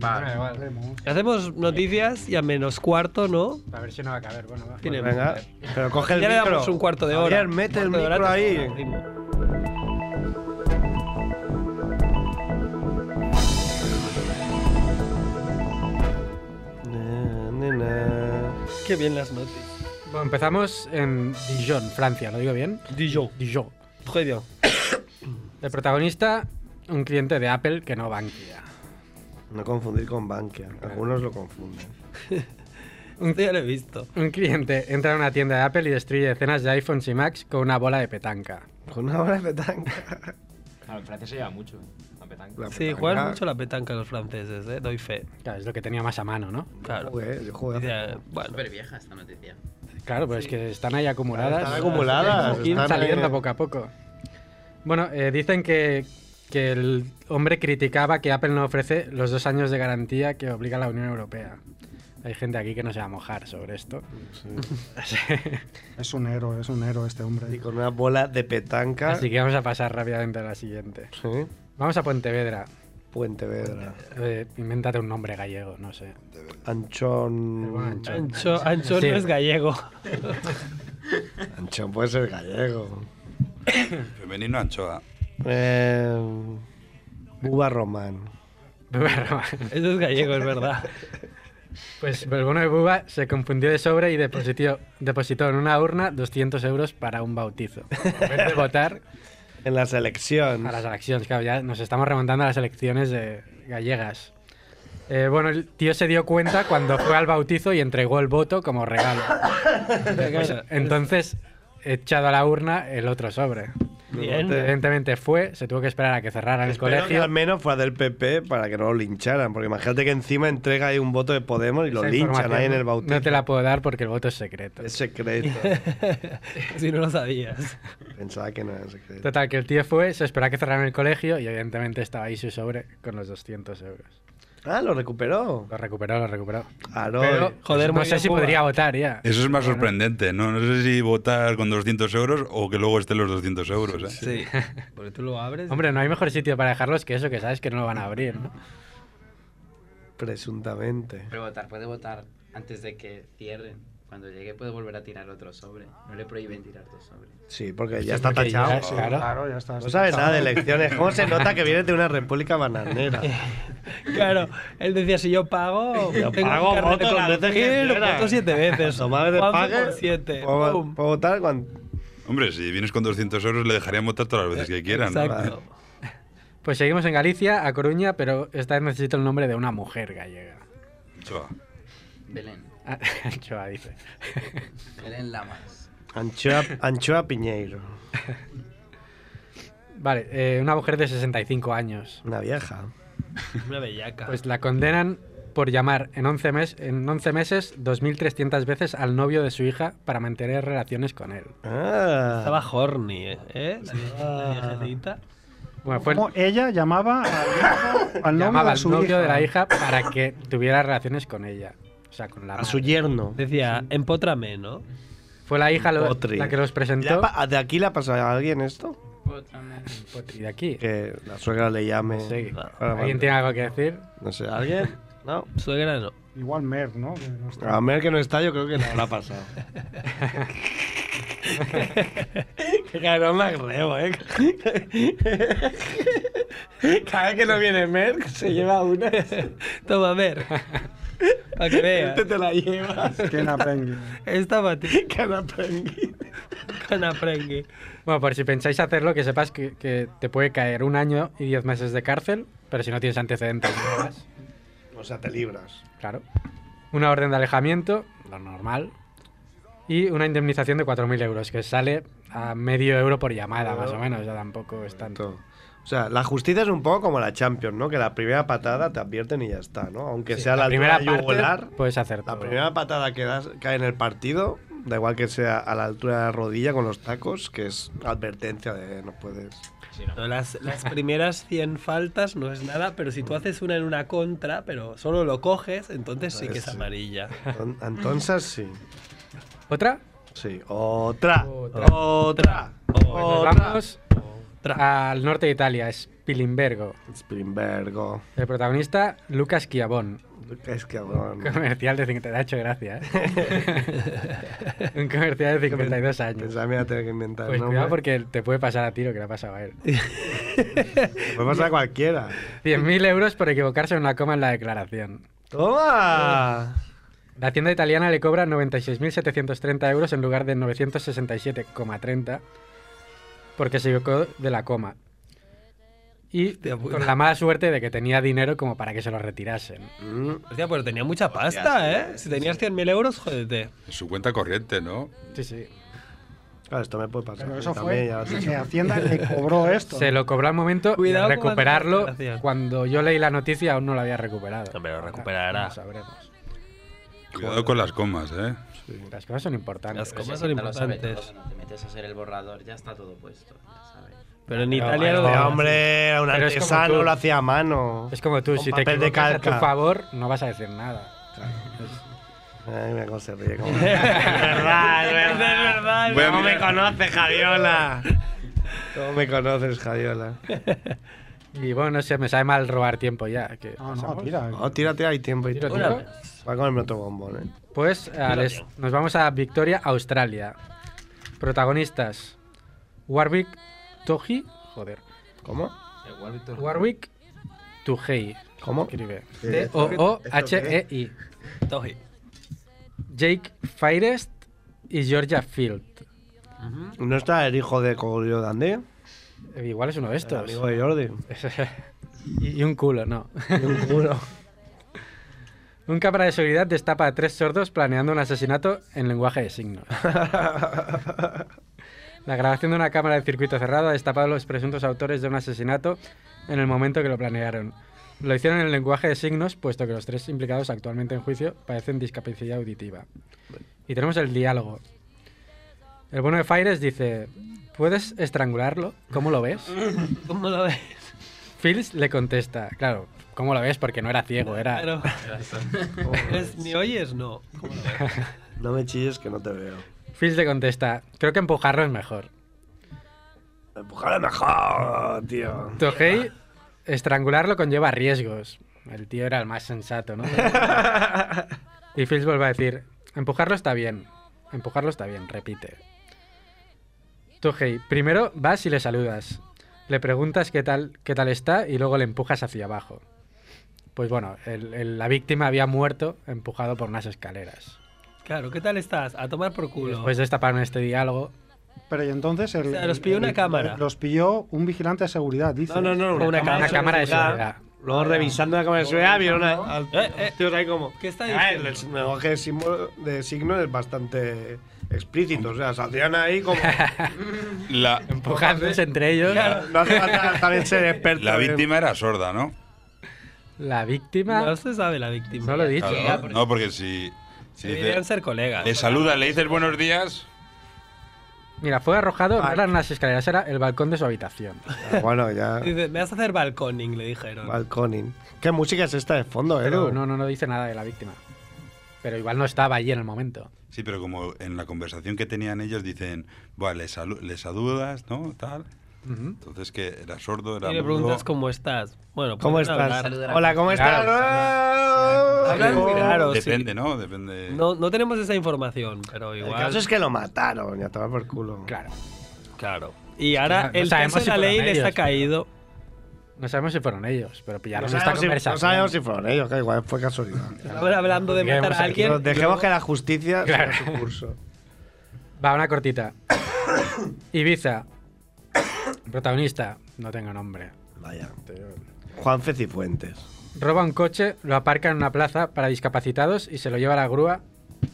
Speaker 6: Vale, vale.
Speaker 2: Hacemos noticias y a menos cuarto, ¿no?
Speaker 6: A ver si no va a caber. Bueno, va.
Speaker 2: Tiene-
Speaker 1: Pues Venga, pero coge el
Speaker 2: ya le
Speaker 1: micro.
Speaker 2: damos un cuarto de hora.
Speaker 1: Javier, mete el
Speaker 2: Cuarto de
Speaker 1: micro
Speaker 2: hora,
Speaker 1: ahí.
Speaker 2: te- Qué bien las noticias.
Speaker 6: Bueno, empezamos en Dijon, Francia, ¿lo digo bien?
Speaker 2: Dijon.
Speaker 6: Dijon.
Speaker 2: Très bien.
Speaker 6: El protagonista, un cliente de Apple que no banquea.
Speaker 1: No confundir con Bankia. Algunos lo confunden.
Speaker 6: Un,
Speaker 2: ya lo he visto.
Speaker 6: Un cliente entra a una tienda de Apple y destruye decenas de iPhones y Macs con una bola de petanca.
Speaker 1: Con una bola de petanca.
Speaker 3: Claro, en Francia se lleva mucho. La petanca.
Speaker 2: Sí, juegan mucho la petanca los franceses, ¿eh? Doy fe.
Speaker 6: Claro, es lo que tenía más a mano, ¿no?
Speaker 2: Claro.
Speaker 1: Joder,
Speaker 2: Dice,
Speaker 5: Es
Speaker 2: bueno,
Speaker 5: súper vieja esta noticia.
Speaker 6: Claro, pues es que están ahí acumuladas.
Speaker 1: Claro, están acumuladas,
Speaker 6: Como que
Speaker 1: están
Speaker 6: saliendo
Speaker 1: ahí.
Speaker 6: poco a poco. Bueno, eh, dicen que, que el hombre criticaba que Apple no ofrece los dos años de garantía que obliga la Unión Europea. Hay gente aquí que no se va a mojar sobre esto.
Speaker 4: Es un héroe, es un héroe este hombre.
Speaker 1: Y con una bola de petanca.
Speaker 6: Así que vamos a pasar rápidamente a la siguiente.
Speaker 1: Sí.
Speaker 6: Vamos a Pontevedra.
Speaker 1: Puentevedra.
Speaker 6: Eh, invéntate un nombre gallego, no sé.
Speaker 1: Anchón.
Speaker 6: Anchón.
Speaker 2: Ancho, Ancho
Speaker 6: Sí.
Speaker 2: no es gallego.
Speaker 1: Anchón puede ser gallego.
Speaker 9: Femenino anchoa.
Speaker 1: Eh, Buba Román.
Speaker 6: Bueno,
Speaker 2: Eso es gallego, es verdad.
Speaker 6: Pues el bono de Buba se confundió de sobre y depositó, depositó en una urna 200 euros para un bautizo. En vez de votar
Speaker 1: En la selección.
Speaker 6: a las elecciones, claro, ya nos estamos remontando a las elecciones eh, gallegas. Eh, bueno, el tío se dio cuenta cuando fue al bautizo y entregó el voto como regalo. Pues, entonces, echado a la urna el otro sobre.
Speaker 2: Bien.
Speaker 6: Evidentemente fue, se tuvo que esperar a que cerraran el
Speaker 1: Espero que
Speaker 6: colegio.
Speaker 1: al menos fuera del PP para que no lo lincharan. Porque imagínate que encima entrega ahí un voto de Podemos y lo
Speaker 6: Esa
Speaker 1: linchan
Speaker 6: información
Speaker 1: ahí en el bautizo.
Speaker 6: No te la puedo dar porque el voto es secreto.
Speaker 1: Es secreto.
Speaker 2: si no lo sabías.
Speaker 1: Pensaba que no era secreto.
Speaker 6: Total, que el tío fue, se esperaba que cerraran el colegio y evidentemente estaba ahí su sobre con los 200 euros.
Speaker 1: Ah, lo recuperó.
Speaker 6: Lo recuperó, lo recuperó.
Speaker 1: Claro.
Speaker 6: Pero,
Speaker 2: joder,
Speaker 6: no
Speaker 2: muy
Speaker 6: sé
Speaker 2: bien,
Speaker 6: si
Speaker 2: Cuba.
Speaker 6: podría votar ya.
Speaker 9: Eso es más sorprendente, ¿no? No sé si votar con 200 euros o que luego estén los 200 euros, ¿eh?
Speaker 2: Sí. Porque tú lo abres.
Speaker 6: Hombre, no hay mejor sitio para dejarlos que eso, que sabes que no lo van a abrir, ¿no?
Speaker 1: Presuntamente.
Speaker 5: Pero votar, puede votar antes de que cierren. Cuando llegue puede volver a tirar otro sobre. No le prohíben tirar dos sobres.
Speaker 1: Sí, porque
Speaker 6: Sí,
Speaker 1: ya está
Speaker 6: porque ya-
Speaker 1: tachado.
Speaker 6: sí,
Speaker 4: Claro,
Speaker 6: claro.
Speaker 4: ya está.
Speaker 1: No sabes nada de elecciones. ¿Cómo se nota que vienes de una república bananera?
Speaker 2: Claro, él decía, si yo pago,
Speaker 1: Yo
Speaker 2: tengo
Speaker 1: pago,
Speaker 2: un carnet
Speaker 1: voto las veces que
Speaker 2: conducir,
Speaker 1: quiera.
Speaker 2: voto siete veces.
Speaker 1: Tomás de Oh.
Speaker 2: Juanfe
Speaker 1: pague,
Speaker 2: por siete.
Speaker 1: Puedo,
Speaker 2: Pum.
Speaker 1: puedo votar cuando.
Speaker 9: Hombre, si vienes con 200 euros le dejarían votar todas las veces que quieran, ¿no?
Speaker 2: Exacto.
Speaker 6: Pues seguimos en Galicia, a Coruña, pero esta vez necesito el nombre de una mujer gallega.
Speaker 9: Anchoa.
Speaker 5: Belén.
Speaker 6: Ah, Anchoa dice.
Speaker 5: Belén Lamas.
Speaker 1: Anchoa, Anchoa Piñeiro.
Speaker 6: Vale, eh, una mujer de 65 años.
Speaker 1: Una vieja.
Speaker 2: Una bellaca.
Speaker 6: Pues la condenan por llamar en 11, mes, en 11 meses 2.300 veces al novio de su hija para mantener relaciones con él.
Speaker 1: Ah.
Speaker 2: Estaba horny, ¿eh? ¿Eh? La vie- La viejecita.
Speaker 6: Bueno, fue
Speaker 4: Como ella llamaba al, viejo- al novio,
Speaker 6: llamaba
Speaker 4: de,
Speaker 6: al
Speaker 4: su
Speaker 6: novio
Speaker 4: hija.
Speaker 6: de la hija para que tuviera relaciones con ella. O sea, con la
Speaker 1: A su
Speaker 6: madre.
Speaker 1: yerno.
Speaker 2: Decía, empótrame, ¿no?
Speaker 6: Fue la hija lo-
Speaker 1: Potri.
Speaker 6: la que los
Speaker 1: ¿Le ha
Speaker 6: presentó.
Speaker 1: pa- ¿De aquí le ha pasado a alguien esto?
Speaker 5: Pótrame.
Speaker 6: Potri de aquí.
Speaker 1: Que la suegra le llame.
Speaker 6: Sí.
Speaker 1: Para
Speaker 6: ¿Alguien
Speaker 1: mandar-
Speaker 6: tiene algo que decir?
Speaker 1: No sé, ¿alguien? No.
Speaker 2: Suegra no.
Speaker 4: Igual Mer, ¿no? Que no está.
Speaker 1: A ver que no está, yo creo que le habrá pasado.
Speaker 2: Qué cabrón más rebo, ¿eh? Cada vez que no viene Merck, se lleva una. Toma, Merck. Para que veas.
Speaker 1: Este te la llevas.
Speaker 4: Ken Apengui.
Speaker 2: Esta para ti. Canaprengue.
Speaker 6: Bueno, por si pensáis hacerlo, que sepas que, que te puede caer un año y diez meses de cárcel, pero si no tienes antecedentes, no vas.
Speaker 1: O sea, te libras.
Speaker 6: claro. Una orden de alejamiento, lo normal. Y una indemnización de 4.000 euros, que sale a medio euro por llamada, más o menos. Ya tampoco es tanto.
Speaker 1: Todo. O sea, la justicia es un poco como la Champions, ¿no? Que la primera patada te advierten y ya está, ¿no? Aunque sea la,
Speaker 6: primera
Speaker 1: altura yugular,
Speaker 6: parte puedes hacer
Speaker 1: la
Speaker 6: todo.
Speaker 1: primera patada que das- cae en el partido, da igual que sea a la altura de la rodilla con los tacos, que es advertencia de no puedes.
Speaker 2: No, las, las primeras 100 faltas no es nada, pero
Speaker 1: Mm.
Speaker 2: si tú haces una en una contra, pero solo lo coges, entonces sí que es
Speaker 1: Pues Sí.
Speaker 2: amarilla.
Speaker 1: Enton- Entonces sí.
Speaker 6: ¿Otra?
Speaker 1: Sí. Otra. Oh. Otra.
Speaker 6: Otra. Pues
Speaker 1: Otra.
Speaker 6: nos vamos
Speaker 2: Tra-
Speaker 6: al norte de Italia, es Pilimbergo.
Speaker 1: Springbergo.
Speaker 6: El protagonista, Lucas Chiavón.
Speaker 1: Es que cabrón.
Speaker 6: Comercial de 50 Te ha hecho gracia, ¿eh? Un comercial de 52 años.
Speaker 1: Pensaba que me iba a tener que inventar.
Speaker 6: Pues
Speaker 1: ¿no,
Speaker 6: cuidado
Speaker 1: hombre?
Speaker 6: porque te puede pasar a ti lo que le ha pasado a él.
Speaker 1: Puede pasar a cualquiera.
Speaker 6: 100.000 euros por equivocarse en una coma en la declaración.
Speaker 1: ¡Toma!
Speaker 6: La tienda italiana le cobra 96.730 euros en lugar de 967,30 porque se equivocó de la coma. Y
Speaker 2: pues.
Speaker 6: con la mala suerte de que tenía dinero como para que se lo retirasen.
Speaker 1: Mm.
Speaker 2: Hostia, pero tenía mucha pasta,
Speaker 6: Hostia,
Speaker 2: ¿eh? Si tenías 100.000 euros, jódete.
Speaker 9: En su cuenta corriente, ¿no?
Speaker 6: Sí, sí.
Speaker 1: Claro, esto me puede pasar.
Speaker 4: Pero
Speaker 1: a mí
Speaker 4: eso
Speaker 1: también,
Speaker 4: fue
Speaker 1: ya lo sé.
Speaker 4: que Hacienda le cobró esto.
Speaker 6: Se lo cobró al momento
Speaker 4: Cuidado con
Speaker 6: y al
Speaker 4: las
Speaker 6: recuperarlo,
Speaker 4: declaraciones.
Speaker 6: cuando yo leí la noticia aún no lo había recuperado.
Speaker 2: Pero
Speaker 6: recuperará. sabremos.
Speaker 9: Cuidado con las comas, ¿eh?
Speaker 6: Las cosas son importantes.
Speaker 2: Las
Speaker 5: Pero
Speaker 2: comas
Speaker 5: si
Speaker 2: son
Speaker 5: no lo sabes,
Speaker 2: importantes.
Speaker 5: cuando te metes a hacer el borrador, ya está todo puesto. ya sabes.
Speaker 2: Pero en
Speaker 6: Pero
Speaker 2: Italia
Speaker 6: bueno,
Speaker 2: lo-
Speaker 6: este
Speaker 1: hombre era un
Speaker 6: Pero es como
Speaker 1: artesano,
Speaker 6: tú.
Speaker 1: lo hacía a mano.
Speaker 6: Es como tú,
Speaker 1: con
Speaker 6: si te
Speaker 1: papel de
Speaker 6: equivocas a tu
Speaker 1: calca.
Speaker 6: favor, no vas a decir nada.
Speaker 1: Ay, mira cómo se ríe. como- es verdad, es verdad, es verdad.
Speaker 2: Voy a
Speaker 1: ¿Cómo me
Speaker 2: mirar.
Speaker 1: conoces, Javiola? ¿Cómo me conoces, Javiola?
Speaker 6: Y bueno, no sé, me sabe mal robar tiempo ya. que
Speaker 4: Ah, No, no,
Speaker 6: pasamos.
Speaker 4: tira.
Speaker 1: No, tírate, hay tiempo. Y
Speaker 6: Tiro,
Speaker 1: todo.
Speaker 6: tiro.
Speaker 1: Va a comerme otro bombón, ¿eh?
Speaker 6: Pues al
Speaker 1: Tira
Speaker 6: est- nos vamos a Victoria, Australia. Protagonistas: Warwick Toji. Joder.
Speaker 1: ¿Cómo?
Speaker 6: Warwick Tujei.
Speaker 1: ¿Cómo?
Speaker 6: Escribe.
Speaker 1: Sí, Eh, esto-
Speaker 6: T-O-O-H-E-I.
Speaker 2: Toji.
Speaker 6: E Jake Firest y Georgia Field.
Speaker 1: ¿No está el hijo de Cogolio Dandé?
Speaker 6: Eh, Igual es uno de estos.
Speaker 1: amigo de Jordi.
Speaker 6: y, y un culo, no.
Speaker 1: un culo.
Speaker 6: Un cámara de seguridad destapa a tres sordos planeando un asesinato en lenguaje de signos. La grabación de una cámara de circuito cerrado ha destapado a los presuntos autores de un asesinato en el momento que lo planearon. Lo hicieron en el lenguaje de signos, puesto que los tres implicados actualmente en juicio padecen discapacidad auditiva. Y tenemos el diálogo. El bueno de Fires dice, ¿puedes estrangularlo? ¿Cómo lo ves?
Speaker 2: ¿Cómo lo ves?
Speaker 6: Fields le contesta, claro, ¿cómo lo ves? Porque no era ciego, era...
Speaker 2: Pero- ¿Eres- ¿Ni oyes? No. ¿Cómo lo ves?
Speaker 1: No me chilles que no te veo.
Speaker 6: Fields le contesta, creo que empujarlo es mejor.
Speaker 1: Empujale mejor, tío.
Speaker 6: Tohei, estrangularlo conlleva riesgos. El tío era el más sensato, ¿no? y Fields vuelve a decir, empujarlo está bien, empujarlo está bien, repite. Tohei, primero vas y le saludas. Le preguntas qué tal, qué tal está y luego le empujas hacia abajo. Pues bueno, el- el- la víctima había muerto empujado por unas escaleras.
Speaker 2: Claro, ¿qué tal estás? A tomar por culo.
Speaker 6: Después de destapar este diálogo,
Speaker 4: Pero y entonces el,
Speaker 2: O sea, los pilló
Speaker 4: el-
Speaker 2: una cámara.
Speaker 4: Los pilló un vigilante de seguridad, dice.
Speaker 1: No, no, no. Una,
Speaker 6: cámara- cámara de
Speaker 1: Luego revisando la cámara de seguridad, vieron a- al
Speaker 6: Eh,
Speaker 1: tío ahí como.
Speaker 2: ¿Qué está
Speaker 1: A ver,
Speaker 2: diciendo?
Speaker 1: el lenguaje de, símbolo- de signos es bastante explícito. O sea, se hacían ahí como.
Speaker 9: La,
Speaker 6: empujándose entre ellos.
Speaker 1: No hace falta también ser experto.
Speaker 9: la
Speaker 1: en-
Speaker 9: víctima era sorda, ¿no?
Speaker 6: La víctima.
Speaker 2: No se sabe la víctima.
Speaker 6: No lo he dicho.
Speaker 9: Claro, ¿no? no, porque si, si
Speaker 2: Deberían
Speaker 9: dice,
Speaker 2: ser colegas.
Speaker 9: le saludas, le dices buenos días,
Speaker 6: Mira, fue arrojado, no eran las escaleras, era el balcón de su habitación.
Speaker 1: Ah. Bueno, ya.
Speaker 2: Dice, me vas a hacer balconing, le dijeron.
Speaker 1: Balconing. ¿Qué música es esta de fondo,
Speaker 6: Pero
Speaker 1: Edu?
Speaker 6: no, no, no dice nada de la víctima. Pero igual no estaba allí en el momento.
Speaker 9: Sí, pero como en la conversación que tenían ellos dicen, bueno, les, salu- les saludas, ¿no? Tal.
Speaker 6: Ujú.
Speaker 9: Entonces que era sordo, era
Speaker 2: Y le
Speaker 9: mudo.
Speaker 2: preguntas cómo estás. Bueno,
Speaker 1: ¿Cómo
Speaker 2: pueden
Speaker 1: estás?
Speaker 2: hablar.
Speaker 1: Hola, ¿cómo estás?
Speaker 2: Hablan muy raro, sí.
Speaker 9: Depende, ¿no? Depende.
Speaker 2: No, no tenemos esa información, pero
Speaker 1: El
Speaker 2: igual.
Speaker 1: caso es que lo mataron, ya tomar por culo.
Speaker 6: Claro.
Speaker 2: Claro. Y ahora
Speaker 6: No
Speaker 2: el
Speaker 6: sabemos
Speaker 2: peso de
Speaker 6: si
Speaker 2: la
Speaker 6: fueron
Speaker 2: ley les
Speaker 6: ellos,
Speaker 2: ha caído.
Speaker 6: No sabemos si fueron ellos, pero
Speaker 1: No
Speaker 6: pillaron esta
Speaker 1: sabemos, si, no
Speaker 6: conversación.
Speaker 1: sabemos si fueron ellos, que igual fue casualidad.
Speaker 2: Estaban hablando de
Speaker 6: Digamos
Speaker 2: matar a
Speaker 6: aquí,
Speaker 2: alguien.
Speaker 1: Nos dejemos
Speaker 2: luego-
Speaker 1: que la justicia
Speaker 6: Claro.
Speaker 1: siga su curso.
Speaker 6: Va, una cortita. Ibiza. Protagonista. No tengo nombre.
Speaker 1: Vaya. Juan Cifuentes.
Speaker 6: Roba un coche, lo aparca en una plaza para discapacitados y se lo lleva a la grúa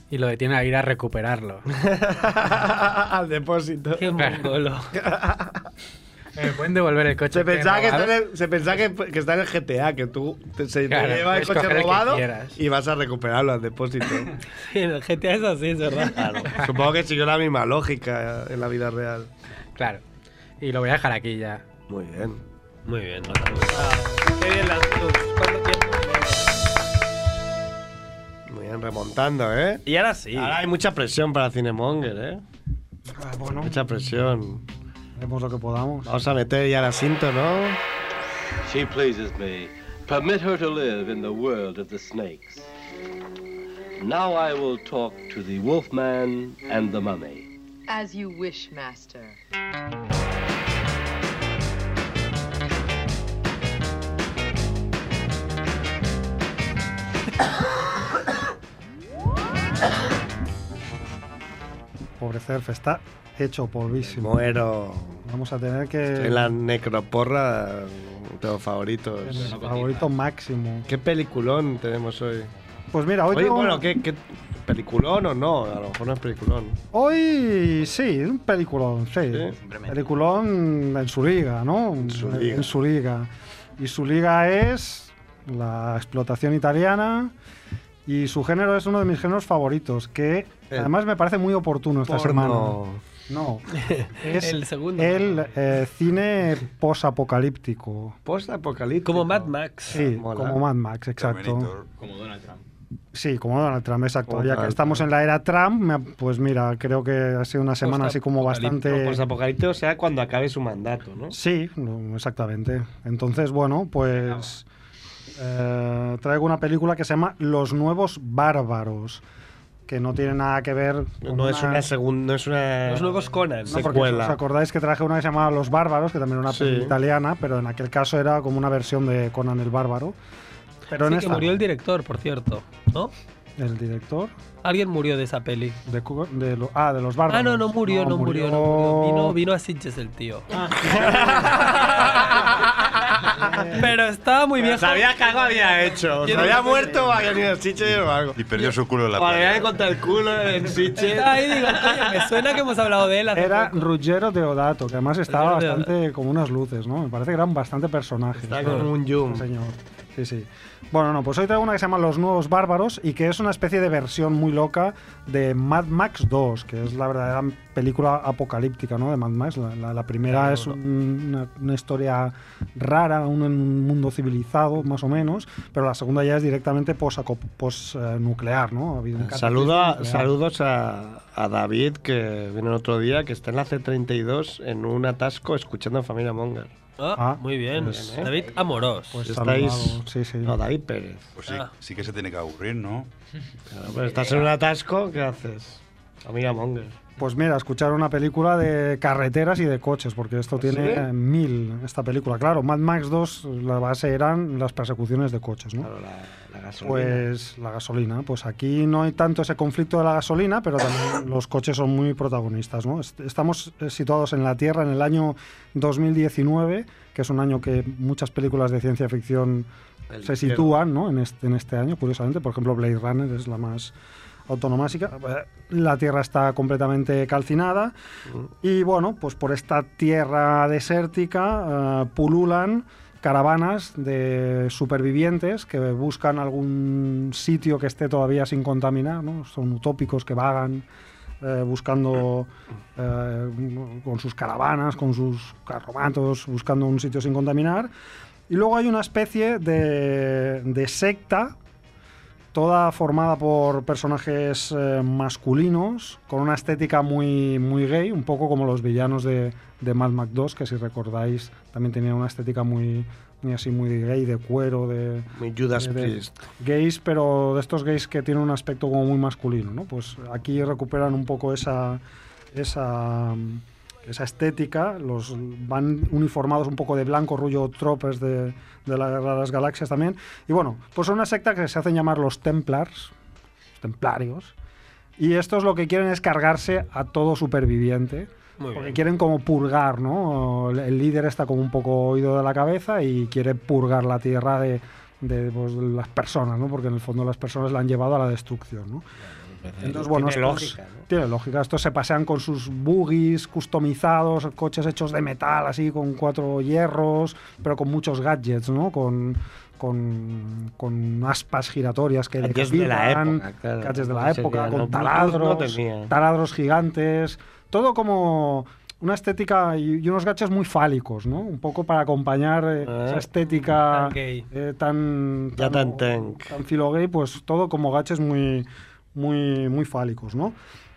Speaker 6: y lo detiene a ir a recuperarlo.
Speaker 1: Al depósito.
Speaker 2: Qué mongolo.
Speaker 6: Eh, Pueden devolver el coche.
Speaker 1: Se pensaba, que,
Speaker 6: robado.
Speaker 1: está en el, se pensaba que, que está en el GTA, que tú te, se te
Speaker 6: Claro,
Speaker 1: lleva el
Speaker 6: puedes
Speaker 1: coche
Speaker 6: coger el que
Speaker 1: robado
Speaker 6: quieras.
Speaker 1: y vas a recuperarlo al depósito.
Speaker 2: Sí, en el GTA es así, es verdad.
Speaker 1: Supongo que siguió la misma lógica en la vida real.
Speaker 6: Claro. Y lo voy a dejar aquí ya.
Speaker 1: Muy bien.
Speaker 2: Muy bien, nos vamos. Qué bien las tus. ¿Cuánto tiempo?
Speaker 1: Muy bien, remontando, ¿eh?
Speaker 2: Y ahora sí.
Speaker 1: Ahora hay mucha presión para Cinemonger, ¿eh?
Speaker 4: Ah, bueno,
Speaker 1: Mucha presión.
Speaker 4: haremos lo que podamos.
Speaker 1: Vamos a meter ya la cinta, ¿no?
Speaker 13: She pleases me. Permit her to live in the world of the snakes. Now I will talk to the wolfman and the mummy.
Speaker 14: As you wish, master.
Speaker 4: Pobre Cerf, está hecho polvísimo.
Speaker 1: Muero.
Speaker 4: Vamos a tener que.
Speaker 1: En la necroporra, tengo favoritos.
Speaker 4: el favorito máximo.
Speaker 1: ¿Qué peliculón tenemos hoy?
Speaker 4: Pues mira, hoy, tengo
Speaker 1: bueno,
Speaker 4: una-
Speaker 1: ¿qué, qué peliculón o no? A lo mejor no es peliculón.
Speaker 4: Hoy sí, un peliculón, sí.
Speaker 1: Simplemente.
Speaker 4: Peliculón en su liga, ¿no? En
Speaker 1: su liga.
Speaker 4: En su liga. Y su liga es la explotación italiana y su género es uno de mis géneros favoritos, que
Speaker 2: El
Speaker 4: además me parece muy oportuno esta
Speaker 1: porno.
Speaker 4: semana. No, es
Speaker 2: El segundo.
Speaker 4: el eh, cine posapocalíptico.
Speaker 1: Post-apocalíptico.
Speaker 2: Como Mad Max.
Speaker 4: Sí, como Mad Max, exacto.
Speaker 3: Como Donald Trump.
Speaker 4: Sí, como Donald Trump, exacto.
Speaker 1: Como
Speaker 4: ya que
Speaker 1: Donald
Speaker 4: estamos en la era Trump, me ha- pues mira, creo que ha sido una semana así como bastante...
Speaker 1: Post-apocalíptico, o sea, cuando acabe su mandato, ¿no?
Speaker 4: Sí, no, exactamente. Entonces, bueno, pues eh, traigo una película que se llama Los Nuevos Bárbaros, que no tiene nada que ver con
Speaker 1: No es una segunda, no es una
Speaker 2: Los nuevos Conan.
Speaker 4: No, porque ¿Os acordáis que traje una que se llamaba Los Bárbaros, que también era una
Speaker 1: Sí.
Speaker 4: película italiana, pero en aquel caso era como una versión de Conan el Bárbaro. Pero en
Speaker 2: Sí, que
Speaker 4: esta,
Speaker 2: murió el director, por cierto, ¿no?
Speaker 4: el director
Speaker 1: Ah.
Speaker 2: Alguien murió de esa peli.
Speaker 4: de, Cu- de lo- ah, de los Bárbaros.
Speaker 2: Ah, no, no murió, no, murió, no murió. Vino, vino a Sitges el tío. Pero estaba muy viejo.
Speaker 1: Sabía que algo había hecho. Se
Speaker 2: Quiero-
Speaker 1: había muerto o había venido Siche o algo.
Speaker 9: Y perdió su culo en la
Speaker 1: O le
Speaker 9: playa.
Speaker 1: habían contra el culo en Siche.
Speaker 2: Estaba ahí, digo, coño, me suena que hemos hablado de él hace
Speaker 4: Era
Speaker 2: poco.
Speaker 4: Ruggero Deodato, que además estaba
Speaker 2: Ruggero
Speaker 4: bastante como unas luces, ¿no? Me parece que eran bastante personajes.
Speaker 1: Está
Speaker 4: ¿no?
Speaker 1: como un yum.
Speaker 4: Sí, señor. Sí, sí. Bueno, no, pues hoy traigo una que se llama Los Nuevos Bárbaros y que es una especie de versión muy loca de Mad Max 2, que es la verdadera película apocalíptica, ¿no? De Mad Max. La, la- la primera es un- una, una historia rara, un, un mundo civilizado, más o menos, pero la segunda ya es directamente post-nuclear, ¿no? Ha habido un
Speaker 1: Saludo a-
Speaker 4: cataclismo nuclear.
Speaker 1: saludos a, a David, que vino el otro día, que está en la C32 en un atasco escuchando a Familia Monger.
Speaker 2: Ah,
Speaker 4: Ah,
Speaker 2: muy bien.
Speaker 1: pues, ¿eh?
Speaker 2: David Amorós.
Speaker 4: Pues
Speaker 1: Estáis-
Speaker 4: saludado, sí, sí.
Speaker 1: No, David Pérez.
Speaker 9: Pues sí, sí que se tiene que aburrir, ¿no?
Speaker 1: Claro, pero Pues estás en un atasco, ¿qué haces? Familia Monger.
Speaker 4: Pues mira, escuchar una película de carreteras y de coches, porque esto tiene
Speaker 1: ¿Ah, sí?
Speaker 4: eh, mil, esta película. Claro, Mad Max 2, la base eran las persecuciones de coches, ¿no?
Speaker 1: Claro, la, la gasolina.
Speaker 4: Pues la gasolina, pues aquí no hay tanto ese conflicto de la gasolina, pero también los coches son muy protagonistas, ¿no? Est- Estamos eh, situados en la Tierra en el año 2019, que es un año que muchas películas de ciencia ficción
Speaker 1: El
Speaker 4: se
Speaker 1: ligero.
Speaker 4: sitúan ¿no? en, este, en este año, curiosamente. Por ejemplo, Blade Runner es la más autonomásica. La Tierra está completamente calcinada.
Speaker 1: Mm.
Speaker 4: Y bueno, pues por esta tierra desértica eh, pululan caravanas de supervivientes que buscan algún sitio que esté todavía sin contaminar, ¿no? Son utópicos que vagan eh, buscando eh, con sus caravanas, con sus carromatos, buscando un sitio sin contaminar. Y luego hay una especie de, de secta, toda formada por personajes eh, masculinos, con una estética muy, muy gay, un poco como los villanos de, de Mad Max 2, que si recordáis también tenían una estética muy, muy así, muy gay, de cuero, de,
Speaker 1: Mi Judas
Speaker 4: de- de
Speaker 1: Priest.
Speaker 4: gays, pero de estos gays que tienen un aspecto como muy masculino, ¿no? Pues aquí recuperan un poco esa, esa, esa estética, los van uniformados un poco de blanco, rollo tropes de, de la Guerra de las Galaxias también. Y bueno, pues son una secta que se hacen llamar los Templars, los templarios, y estos lo que quieren es cargarse a todo superviviente.
Speaker 2: Muy
Speaker 4: Porque
Speaker 2: bien.
Speaker 4: quieren como purgar, ¿no? El- El líder está como un poco oído de la cabeza y quiere purgar la tierra de, de, pues, de las personas, ¿no? Porque en el fondo las personas la han llevado a la destrucción, ¿no? Entonces, bueno,
Speaker 1: Tiene
Speaker 4: estos-
Speaker 1: lógica, ¿no?
Speaker 4: tiene lógica. Estos se pasean con sus buggies customizados, coches hechos de metal, así, con cuatro hierros, pero con muchos gadgets, ¿no? Con, con, con aspas giratorias que
Speaker 1: Gadgets de la
Speaker 4: decapitan,
Speaker 1: época, claro.
Speaker 4: gadgets de la
Speaker 1: Sería,
Speaker 4: época,
Speaker 1: no,
Speaker 4: con
Speaker 1: Bluetooth no
Speaker 4: taladros,
Speaker 1: tenía.
Speaker 4: taladros gigantes, todo como una estética y, y unos gadgets muy fálicos, ¿no? Un poco para acompañar eh,
Speaker 1: Ah.
Speaker 4: esa estética
Speaker 2: Tan gay.
Speaker 4: eh, tan,
Speaker 1: Ya tan tank.
Speaker 4: tan filo gay, pues todo como gaches muy, muy, muy fálicos, ¿no?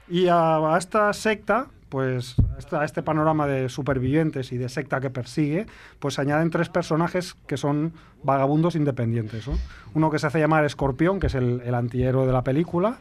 Speaker 4: Y a, a esta secta, pues a esta- a este panorama de supervivientes y de secta que persigue, pues se añaden tres personajes que son vagabundos independientes, ¿no? Uno que se hace llamar Escorpión, que es el, el antihéroe de la película,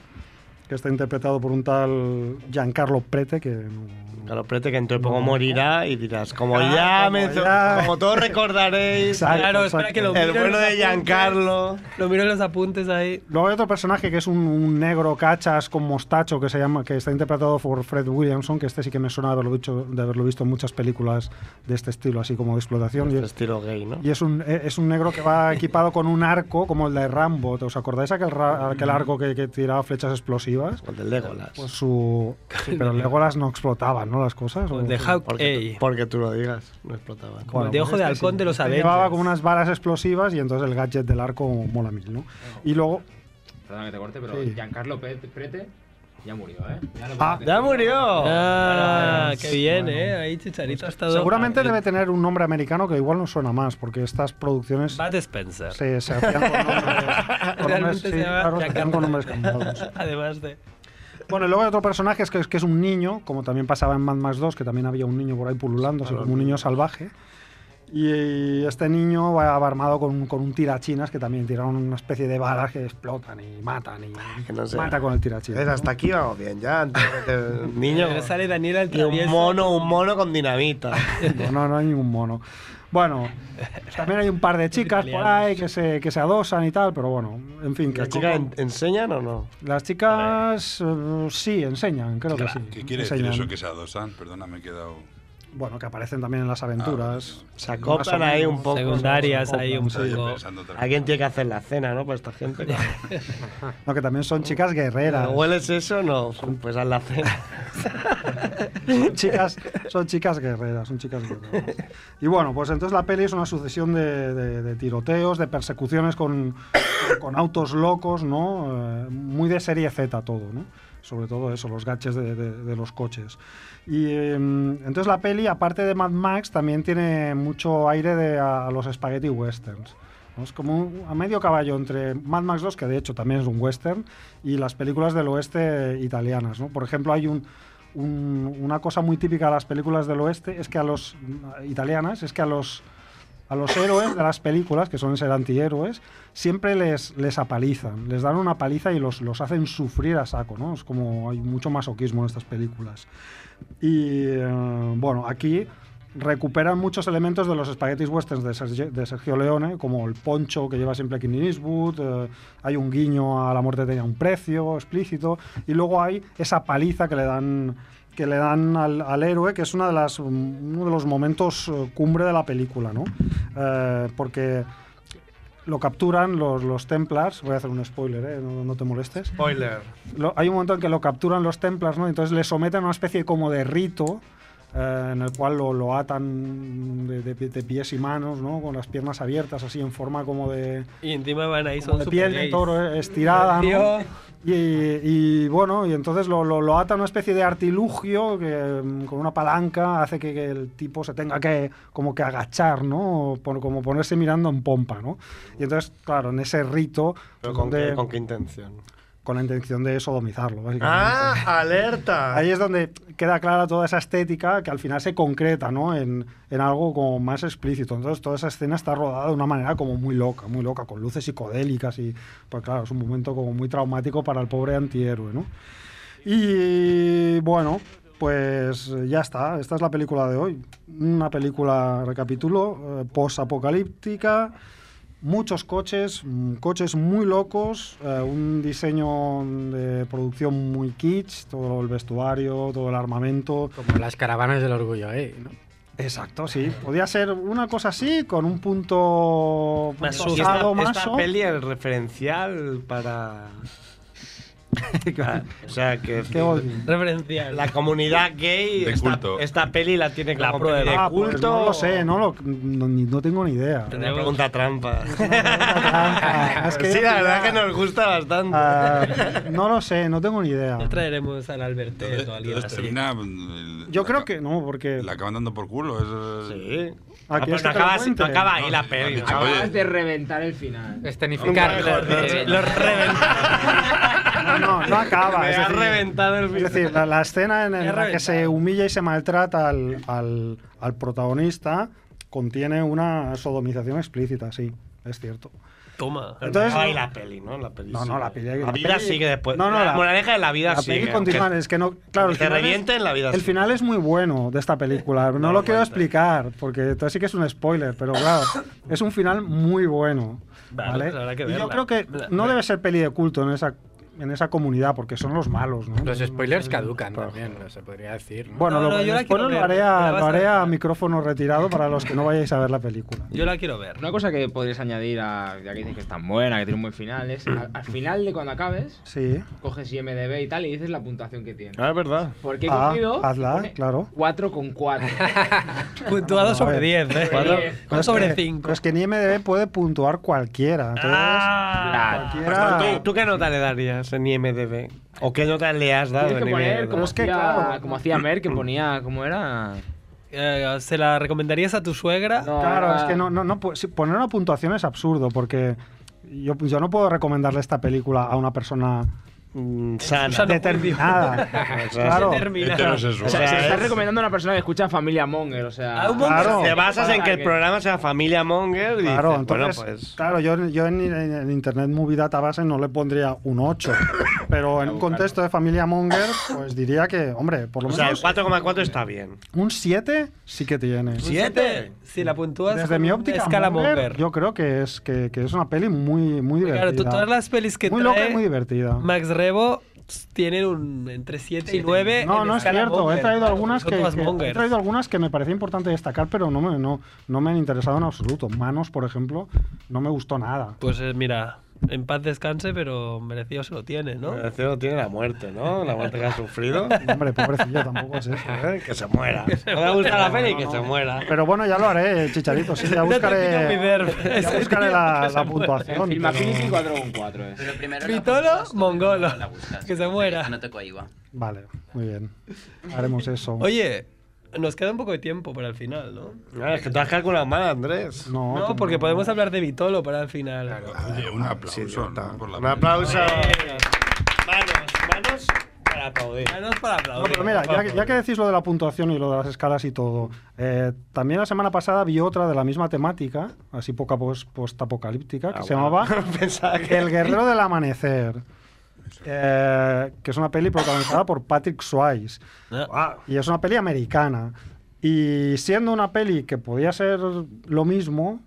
Speaker 4: que está interpretado por un tal Giancarlo Prete, que no, no
Speaker 1: Claro, espérate que dentro de poco morirá y dirás, como
Speaker 2: Ah,
Speaker 1: ya
Speaker 2: como
Speaker 1: me... hizo-
Speaker 2: ya.
Speaker 1: Como todos recordaréis,
Speaker 4: Exacto,
Speaker 2: Claro, espera que lo
Speaker 1: el
Speaker 2: miro en
Speaker 1: bueno
Speaker 2: los
Speaker 1: de
Speaker 2: apuntes.
Speaker 1: Giancarlo...
Speaker 2: Lo miro en los apuntes ahí.
Speaker 4: Luego hay otro personaje que es un, un negro cachas con mostacho que se llama, que está interpretado por Fred Williamson, que este sí que me suena de haberlo visto, de haberlo visto en muchas películas de este estilo, así como de explotación. Y-
Speaker 1: Este Estilo gay, ¿no?
Speaker 4: Y es un, eh, es un negro que va equipado con un arco como el de Rambo. ¿Os acordáis aquel, ra- aquel arco que, que tiraba flechas explosivas?
Speaker 1: El del Legolas.
Speaker 4: Pues su. sí, pero Legolas no explotaban, ¿no? Las cosas. ¿o?
Speaker 1: de
Speaker 2: Hawk
Speaker 1: porque, porque tú lo digas, no explotaba.
Speaker 2: pues, Como eh, el de ojo de halcón de los
Speaker 4: Este
Speaker 2: Avengers.
Speaker 4: Llevaba como unas balas explosivas y entonces el gadget del arco mola mil, ¿no? Y luego.
Speaker 3: Perdona que te corte, pero
Speaker 4: Sí.
Speaker 3: Giancarlo Pe- Prete ya murió, ¿eh? Ya lo
Speaker 4: Ah,
Speaker 3: podemos
Speaker 2: ¡Ya
Speaker 3: decir.
Speaker 2: murió! Ah,
Speaker 4: Bueno,
Speaker 2: qué bien,
Speaker 4: bueno.
Speaker 2: ¿eh? Ahí Chicharito ha estado...
Speaker 4: pues Seguramente debe tener un nombre americano que igual no suena más, porque estas producciones
Speaker 2: Bud Spencer.
Speaker 4: se, se hacían con nombres, con
Speaker 2: Realmente
Speaker 4: nombres,
Speaker 2: se
Speaker 4: sí,
Speaker 2: llama
Speaker 4: claro, se hacían con nombres
Speaker 2: Giancarlo.
Speaker 4: cambiados.
Speaker 2: Además de...
Speaker 4: Bueno, y luego hay otro personaje es que, que es un niño, como también pasaba en Mad Max 2, que también había un niño por ahí pululando, así como un niño salvaje. Y este niño va va armado con, con un tirachinas que también tiraron una especie de balas que explotan y matan y
Speaker 1: Que no sé.
Speaker 4: mata con el tirachinas.
Speaker 1: ¿Ves? Hasta aquí vamos bien, ya. antes de que te- Niño.
Speaker 2: Ahora sale Daniela el
Speaker 1: Y un
Speaker 2: travieso.
Speaker 1: mono, un mono con dinamita.
Speaker 4: No, no, no hay ningún mono. Bueno, también hay un par de chicas por ahí que se, que se adosan y tal, pero bueno, en fin. que
Speaker 1: ¿Las chicas
Speaker 4: como-
Speaker 1: en- enseñan o no?
Speaker 4: las chicas eh, sí enseñan, creo que sí.
Speaker 9: ¿Qué quiere decir
Speaker 4: enseñan.
Speaker 9: eso que se adosan? Perdona, me he quedado...
Speaker 4: Bueno, que aparecen también en las aventuras.
Speaker 1: Se acoplan ahí un poco.
Speaker 2: Secundarias ahí un
Speaker 1: Sí.
Speaker 2: poco.
Speaker 1: Alguien tiene que hacer la cena, ¿no? Para esta gente.
Speaker 4: No, que también son chicas guerreras.
Speaker 1: ¿Hueles eso? No. Pues haz la cena.
Speaker 4: Son chicas, son chicas guerreras, son chicas guerreras. Y bueno, pues entonces la peli es una sucesión de, de- de tiroteos, de persecuciones con, con autos locos, ¿no? Eh, muy de serie Z todo, ¿no? Sobre todo eso, los gaches de, de- de los coches. Y eh, entonces la peli, aparte de Mad Max, también tiene mucho aire de a, a los spaghetti westerns. ¿no? Es como un- a medio caballo entre Mad Max 2, que de hecho también es un western, y las películas del oeste italianas. ¿no? Por ejemplo, hay un, un- una cosa muy típica de las películas del oeste, es que a los italianas, es que a los, a los héroes de las películas, que son ser antihéroes, siempre les, les apalizan, les dan una paliza y los, los hacen sufrir a saco. ¿no? Es como hay mucho masoquismo en estas películas. Y eh, bueno, aquí recuperan muchos elementos de los espaguetis westerns de Sergio, de Sergio Leone, como el poncho que lleva siempre Clint Eastwood, eh, hay un guiño a la muerte tenía un precio explícito, y luego hay esa paliza que le dan que le dan al, al héroe, que es una de las, mm, uno de los momentos eh, cumbre de la película, ¿no? Eh, porque lo capturan los, los Templars, voy a hacer un spoiler, ¿eh? no, no te molestes.
Speaker 1: Spoiler.
Speaker 4: Lo- hay un momento en que lo capturan los Templars, ¿no? Entonces le someten a una especie como de rito eh, en el cual lo, lo atan de, de- de pies y manos, ¿no? Con las piernas abiertas, así en forma como de,
Speaker 2: Y encima van ahí,
Speaker 4: como
Speaker 2: son
Speaker 4: de piel
Speaker 2: supergays.
Speaker 4: de toro eh, estirada, ¿no?
Speaker 2: Dios.
Speaker 4: Y, y, bueno, y entonces lo, lo, lo ata a una especie de artilugio que mm, con una palanca hace que, que el tipo se tenga que como que agachar, ¿no? O pon- como ponerse mirando en pompa, ¿no? Y entonces, claro, en ese rito...
Speaker 1: ¿Pero con,
Speaker 4: donde-
Speaker 1: qué, con qué intención?
Speaker 4: con la intención de sodomizarlo, básicamente.
Speaker 1: ¡Ah! ¡Alerta!
Speaker 4: Ahí es donde queda clara toda esa estética que al final se concreta ¿no? en, en algo como más explícito. Entonces toda esa escena está rodada de una manera como muy loca, muy loca, con luces psicodélicas y pues claro, es un momento como muy traumático para el pobre antihéroe. ¿no? Y bueno, pues eh, ya está, esta es la película de hoy. Una película, recapitulo, eh, post-apocalíptica, muchos coches, mm, coches muy locos, eh, un diseño de producción muy kitsch, todo el vestuario, todo el armamento.
Speaker 6: Como las caravanas del orgullo, ¿eh? ¿no?
Speaker 4: Exacto, sí. Podía ser una cosa así, con un punto Ah,
Speaker 1: Más
Speaker 4: punto
Speaker 1: sucio. esta,
Speaker 4: sadomaso.
Speaker 1: esta peli es referencial para... o sea, que
Speaker 4: Qué odio.
Speaker 2: Referencial.
Speaker 1: la comunidad gay
Speaker 9: De
Speaker 1: esta,
Speaker 9: culto.
Speaker 1: esta peli la tiene
Speaker 2: La
Speaker 1: como
Speaker 2: prueba.
Speaker 1: peli de
Speaker 4: Ah, pues
Speaker 1: culto.
Speaker 4: no lo sé, no, lo, no, ni- no tengo ni idea.
Speaker 1: Una pregunta trampa.
Speaker 4: Ah, es que-
Speaker 1: sí, la verdad que nos gusta bastante.
Speaker 4: Ah, no lo sé, no tengo ni idea.
Speaker 2: Ya traeremos al Alberto o a alguien
Speaker 9: Entonces
Speaker 2: así.
Speaker 9: termina... mm,
Speaker 4: Yo
Speaker 9: la
Speaker 4: creo
Speaker 9: ca-
Speaker 4: que no, porque
Speaker 9: La acaban dando por culo. es-
Speaker 1: Sí.
Speaker 4: Ah,
Speaker 1: Ah,
Speaker 4: ¿quieres
Speaker 1: pero
Speaker 4: que
Speaker 1: no
Speaker 4: te
Speaker 1: acaba,
Speaker 4: lo
Speaker 1: así- no
Speaker 4: cuente?
Speaker 1: acaba ahí la
Speaker 9: me
Speaker 1: peli. ¿no?
Speaker 9: han dicho, oye,
Speaker 5: Acabas de reventar el final.
Speaker 6: Escenificar.
Speaker 1: Los
Speaker 4: no, no, no acaba.
Speaker 1: Me
Speaker 4: es
Speaker 1: ha
Speaker 4: decir-
Speaker 1: reventado el
Speaker 4: Es decir, la, la escena en, en
Speaker 2: Me ha
Speaker 4: la que
Speaker 2: reventado.
Speaker 4: se humilla y se maltrata al, al- al protagonista contiene una sodomización explícita, sí, es cierto.
Speaker 2: Toma.
Speaker 4: Entonces-
Speaker 1: no hay la peli, ¿no? La peli
Speaker 4: No,
Speaker 1: sigue.
Speaker 4: no, la peli-
Speaker 1: La
Speaker 4: la
Speaker 1: vida
Speaker 4: peli-
Speaker 1: sigue después.
Speaker 4: No, no,
Speaker 1: la,
Speaker 4: la-
Speaker 1: moraleja de la vida
Speaker 4: la
Speaker 1: sigue.
Speaker 4: peli continúa,
Speaker 1: aunque-
Speaker 4: es que no, claro, el
Speaker 1: aunque te
Speaker 4: final es-
Speaker 1: revienten, la vida
Speaker 4: El
Speaker 1: sigue.
Speaker 4: final es muy bueno de esta película. No, lo quiero explicar, porque entonces sí que es un spoiler, pero claro, es un final muy bueno.
Speaker 2: Vale,
Speaker 4: ¿vale?
Speaker 2: pues habrá que
Speaker 4: y yo
Speaker 2: verla.
Speaker 4: creo que
Speaker 2: Verla,
Speaker 4: no debe ser peli de culto en esa, en esa comunidad, porque son los malos, ¿no?
Speaker 6: Los spoilers caducan también, no se podría decir. ¿no?
Speaker 4: Bueno, lo, el spoiler lo haré,
Speaker 2: la
Speaker 4: a,
Speaker 2: vas
Speaker 4: lo
Speaker 2: a
Speaker 4: haré a micrófono retirado para los que no vayáis a ver la película.
Speaker 2: Yo la quiero ver.
Speaker 3: Una cosa que podrías añadir, a, ya que dices que es tan buena, que tiene un buen final, es al, al final de cuando acabes,
Speaker 4: Sí.
Speaker 3: coges IMDB y tal y dices la puntuación que tiene.
Speaker 1: Ah, es verdad.
Speaker 3: Porque he
Speaker 4: Ah,
Speaker 3: cogido
Speaker 4: hazla, claro.
Speaker 3: 4 con 4.
Speaker 2: Puntuado
Speaker 4: No,
Speaker 2: sobre
Speaker 4: a ver.
Speaker 2: 10, ¿eh?
Speaker 4: Cuatro-
Speaker 2: No
Speaker 4: es
Speaker 2: sobre
Speaker 4: que-
Speaker 2: 5.
Speaker 4: Es que en IMDB puede puntuar cualquiera. entonces-
Speaker 1: ¿Tú, ¿Tú qué nota le darías en IMDB? ¿O qué nota le has dado
Speaker 3: Tienes
Speaker 1: en
Speaker 3: que poner
Speaker 1: IMDB?
Speaker 3: como, hacía, como hacía Mer, que ponía, ¿cómo era?
Speaker 2: Eh, ¿Se la recomendarías a tu suegra?
Speaker 4: Claro, es que no, no, no pu- si poner una puntuación es absurdo porque yo, yo no puedo recomendarle esta película a una persona eh,
Speaker 1: sana.
Speaker 4: determinada. claro.
Speaker 9: Este
Speaker 1: Heterosexual.
Speaker 3: O sea,
Speaker 1: O sea,
Speaker 3: se está
Speaker 1: es-
Speaker 3: recomendando a una persona que escucha Familia Monger, o sea...
Speaker 2: Ah, un montón.
Speaker 4: Claro.
Speaker 1: Te basas en que el programa sea familia Monger y
Speaker 4: Claro,
Speaker 1: dices, bueno,
Speaker 4: entonces,
Speaker 1: pues.
Speaker 4: claro, yo, yo en, en- en Internet Movie Database no le pondría un 8, pero en un contexto de familia Monger, pues diría que, hombre, por lo
Speaker 1: O
Speaker 4: menos
Speaker 1: sea, el 4,4 está bien.
Speaker 4: un 7 sí que tiene.
Speaker 2: ¿Siete? Si la puntúas.
Speaker 4: Desde
Speaker 2: con
Speaker 4: mi
Speaker 2: una
Speaker 4: óptica,
Speaker 2: Escala
Speaker 4: Monger,
Speaker 2: Monger.
Speaker 4: yo creo que es, que, que es una peli muy, muy divertida.
Speaker 2: Claro, tú- todas las pelis que
Speaker 4: muy loca y
Speaker 2: trae
Speaker 4: muy divertida.
Speaker 2: Max Rebo tienen un entre 7 y 9.
Speaker 4: No, no es cierto. He traído algunas que, que- he
Speaker 2: Monger.
Speaker 4: traído algunas que me parecía importante destacar, pero no me, no, no me han interesado en absoluto. Manos, por ejemplo, no me gustó nada.
Speaker 2: Pues eh, mira, en paz descanse, pero merecido se lo tiene, ¿no?
Speaker 1: El cielo pues, este tiene la muerte, ¿no? La muerte que ha sufrido.
Speaker 4: Hombre, pobrecillo, tampoco es eso. ¿eh?
Speaker 1: Ay, que se muera. No me gusta la peli, que se muera.
Speaker 4: Pero bueno, ya lo haré, chicharito. Sí, ya buscaré, ya buscaré la, la puntuación.
Speaker 3: Film Affinity 4 con 4 es.
Speaker 5: Pero primero la
Speaker 2: Vitolo,
Speaker 5: buscas,
Speaker 2: mongolo.
Speaker 5: la buscas.
Speaker 2: Que se
Speaker 5: No
Speaker 2: muera.
Speaker 5: te cohiba.
Speaker 4: Vale, muy bien. Haremos eso.
Speaker 2: Oye, nos queda un poco de tiempo para el final, ¿no?
Speaker 1: Ah, es que tú has calculado mal, Andrés.
Speaker 4: No,
Speaker 2: No,
Speaker 4: tú-
Speaker 2: porque podemos hablar de Vitolo para el final.
Speaker 9: Oye, un aplauso, ¿no? Por la
Speaker 1: Un aplauso.
Speaker 2: Eh,
Speaker 1: Manos, manos para aplaudir.
Speaker 2: Manos para aplaudir.
Speaker 4: No, pero mira, ya, ya que decís lo de la puntuación y lo de las escalas y todo, eh, también la semana pasada vi otra de la misma temática, así poca pos- postapocalíptica, que
Speaker 1: Ah,
Speaker 4: se
Speaker 1: bueno.
Speaker 4: llamaba
Speaker 1: Pensaba que.
Speaker 4: El guerrero del amanecer. eh, que es una peli protagonizada por Patrick Swayze.
Speaker 1: Ah,
Speaker 4: Y es una peli americana. Y siendo una peli que podía ser lo mismo,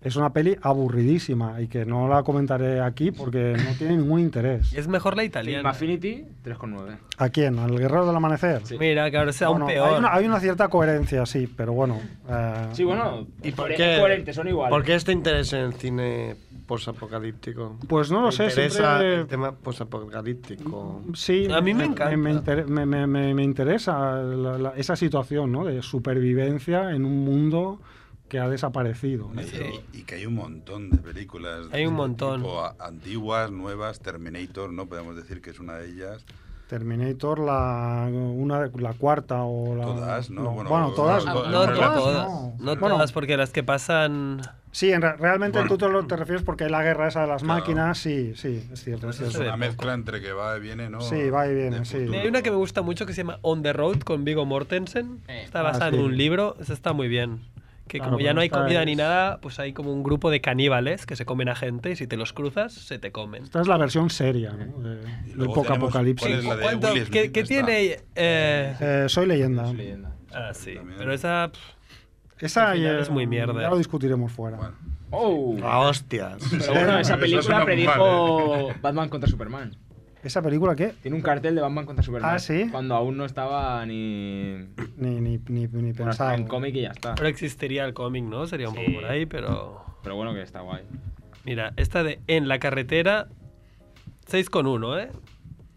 Speaker 4: es una peli aburridísima y que no la comentaré aquí porque no tiene ningún interés.
Speaker 2: Es mejor la
Speaker 3: Film
Speaker 2: italiana.
Speaker 3: Affinity 3 con 9.
Speaker 4: ¿A quién? ¿Al guerrero del amanecer?
Speaker 2: Mira, que ahora sea
Speaker 4: Bueno,
Speaker 2: aún peor.
Speaker 4: Hay una, hay una cierta coherencia, sí, pero bueno. eh,
Speaker 3: Sí, bueno,
Speaker 1: ¿Y por
Speaker 3: coher-
Speaker 1: qué?
Speaker 3: coherentes, son iguales.
Speaker 1: ¿Por qué este interés en el cine posapocalíptico?
Speaker 4: Pues no lo
Speaker 1: ¿Te
Speaker 4: sé,
Speaker 1: interesa
Speaker 4: siempre-
Speaker 1: el tema posapocalíptico.
Speaker 4: Sí,
Speaker 2: A mí me encanta.
Speaker 4: Me, inter- me- me- me- me interesa la- la- esa situación ¿no? de supervivencia en un mundo que ha desaparecido. ¿no?
Speaker 9: Y, y que hay un montón de películas. de
Speaker 2: Hay un
Speaker 9: este
Speaker 2: montón.
Speaker 9: tipo, a- antiguas, nuevas, Terminator, ¿no? Podemos decir que es una de ellas.
Speaker 4: Terminator, la, una, la cuarta o la.
Speaker 9: Todas, ¿no? Bueno,
Speaker 4: todas.
Speaker 9: no,
Speaker 2: Ah, No, no
Speaker 9: Todas,
Speaker 2: todas. No
Speaker 4: Bueno,
Speaker 2: todas, porque las que pasan.
Speaker 4: Sí, en re- realmente
Speaker 9: Bueno.
Speaker 4: tú te, lo- te refieres porque hay la guerra esa de las
Speaker 9: Claro. Pues
Speaker 4: máquinas, sí, sí, es cierto. es
Speaker 9: Es
Speaker 4: cierto.
Speaker 9: una mezcla entre que va y viene, ¿no?
Speaker 4: Sí, va y viene,
Speaker 9: De
Speaker 4: sí.
Speaker 9: futuro.
Speaker 2: Hay una que me gusta mucho que se llama On the Road con Vigo Mortensen.
Speaker 5: Eh.
Speaker 2: Está
Speaker 4: Ah,
Speaker 2: basada en
Speaker 4: sí.
Speaker 2: un libro. Esa está muy bien. Que
Speaker 4: Claro,
Speaker 2: como ya
Speaker 4: pero
Speaker 2: no hay
Speaker 4: esta
Speaker 2: comida ni
Speaker 4: es-
Speaker 2: nada, pues hay como un grupo de caníbales que se comen a gente y si te los cruzas, se te comen.
Speaker 4: Esta es la versión seria, ¿no? De,
Speaker 9: Y
Speaker 4: del
Speaker 9: luego
Speaker 4: poco
Speaker 9: tenemos-
Speaker 4: apocalipsis.
Speaker 9: ¿cuál es la de
Speaker 2: ¿Cuánto-
Speaker 9: Will Smith,
Speaker 2: ¿Qué, qué
Speaker 9: esta?
Speaker 2: tiene? eh,
Speaker 4: Eh, soy leyenda.
Speaker 3: Es leyenda.
Speaker 2: ah, sí.
Speaker 9: también.
Speaker 2: Pero esa. pff,
Speaker 4: Esa
Speaker 2: Al final
Speaker 4: eh,
Speaker 2: es muy mierda.
Speaker 4: Ya lo discutiremos fuera.
Speaker 9: Bueno.
Speaker 3: ¡Oh!
Speaker 1: Ah, hostias.
Speaker 3: Pero bueno, esa
Speaker 9: Eso
Speaker 3: película
Speaker 9: suena muy ¿eh?
Speaker 3: predijo Batman contra Superman.
Speaker 4: ¿Esa película qué?
Speaker 3: Tiene un cartel de Batman contra Superman.
Speaker 4: Ah, ¿sí?
Speaker 3: Cuando aún no estaba ni.
Speaker 4: Ni, ni, ni, ni
Speaker 3: Bueno,
Speaker 4: pensado.
Speaker 3: estaba en cómic y ya
Speaker 1: Ah.
Speaker 3: está.
Speaker 2: Ahora existiría el cómic, ¿no? Sería un
Speaker 3: Sí.
Speaker 2: poco por ahí, pero.
Speaker 3: Pero bueno, que está guay.
Speaker 2: Mira, esta de En la carretera. 6,1, ¿eh?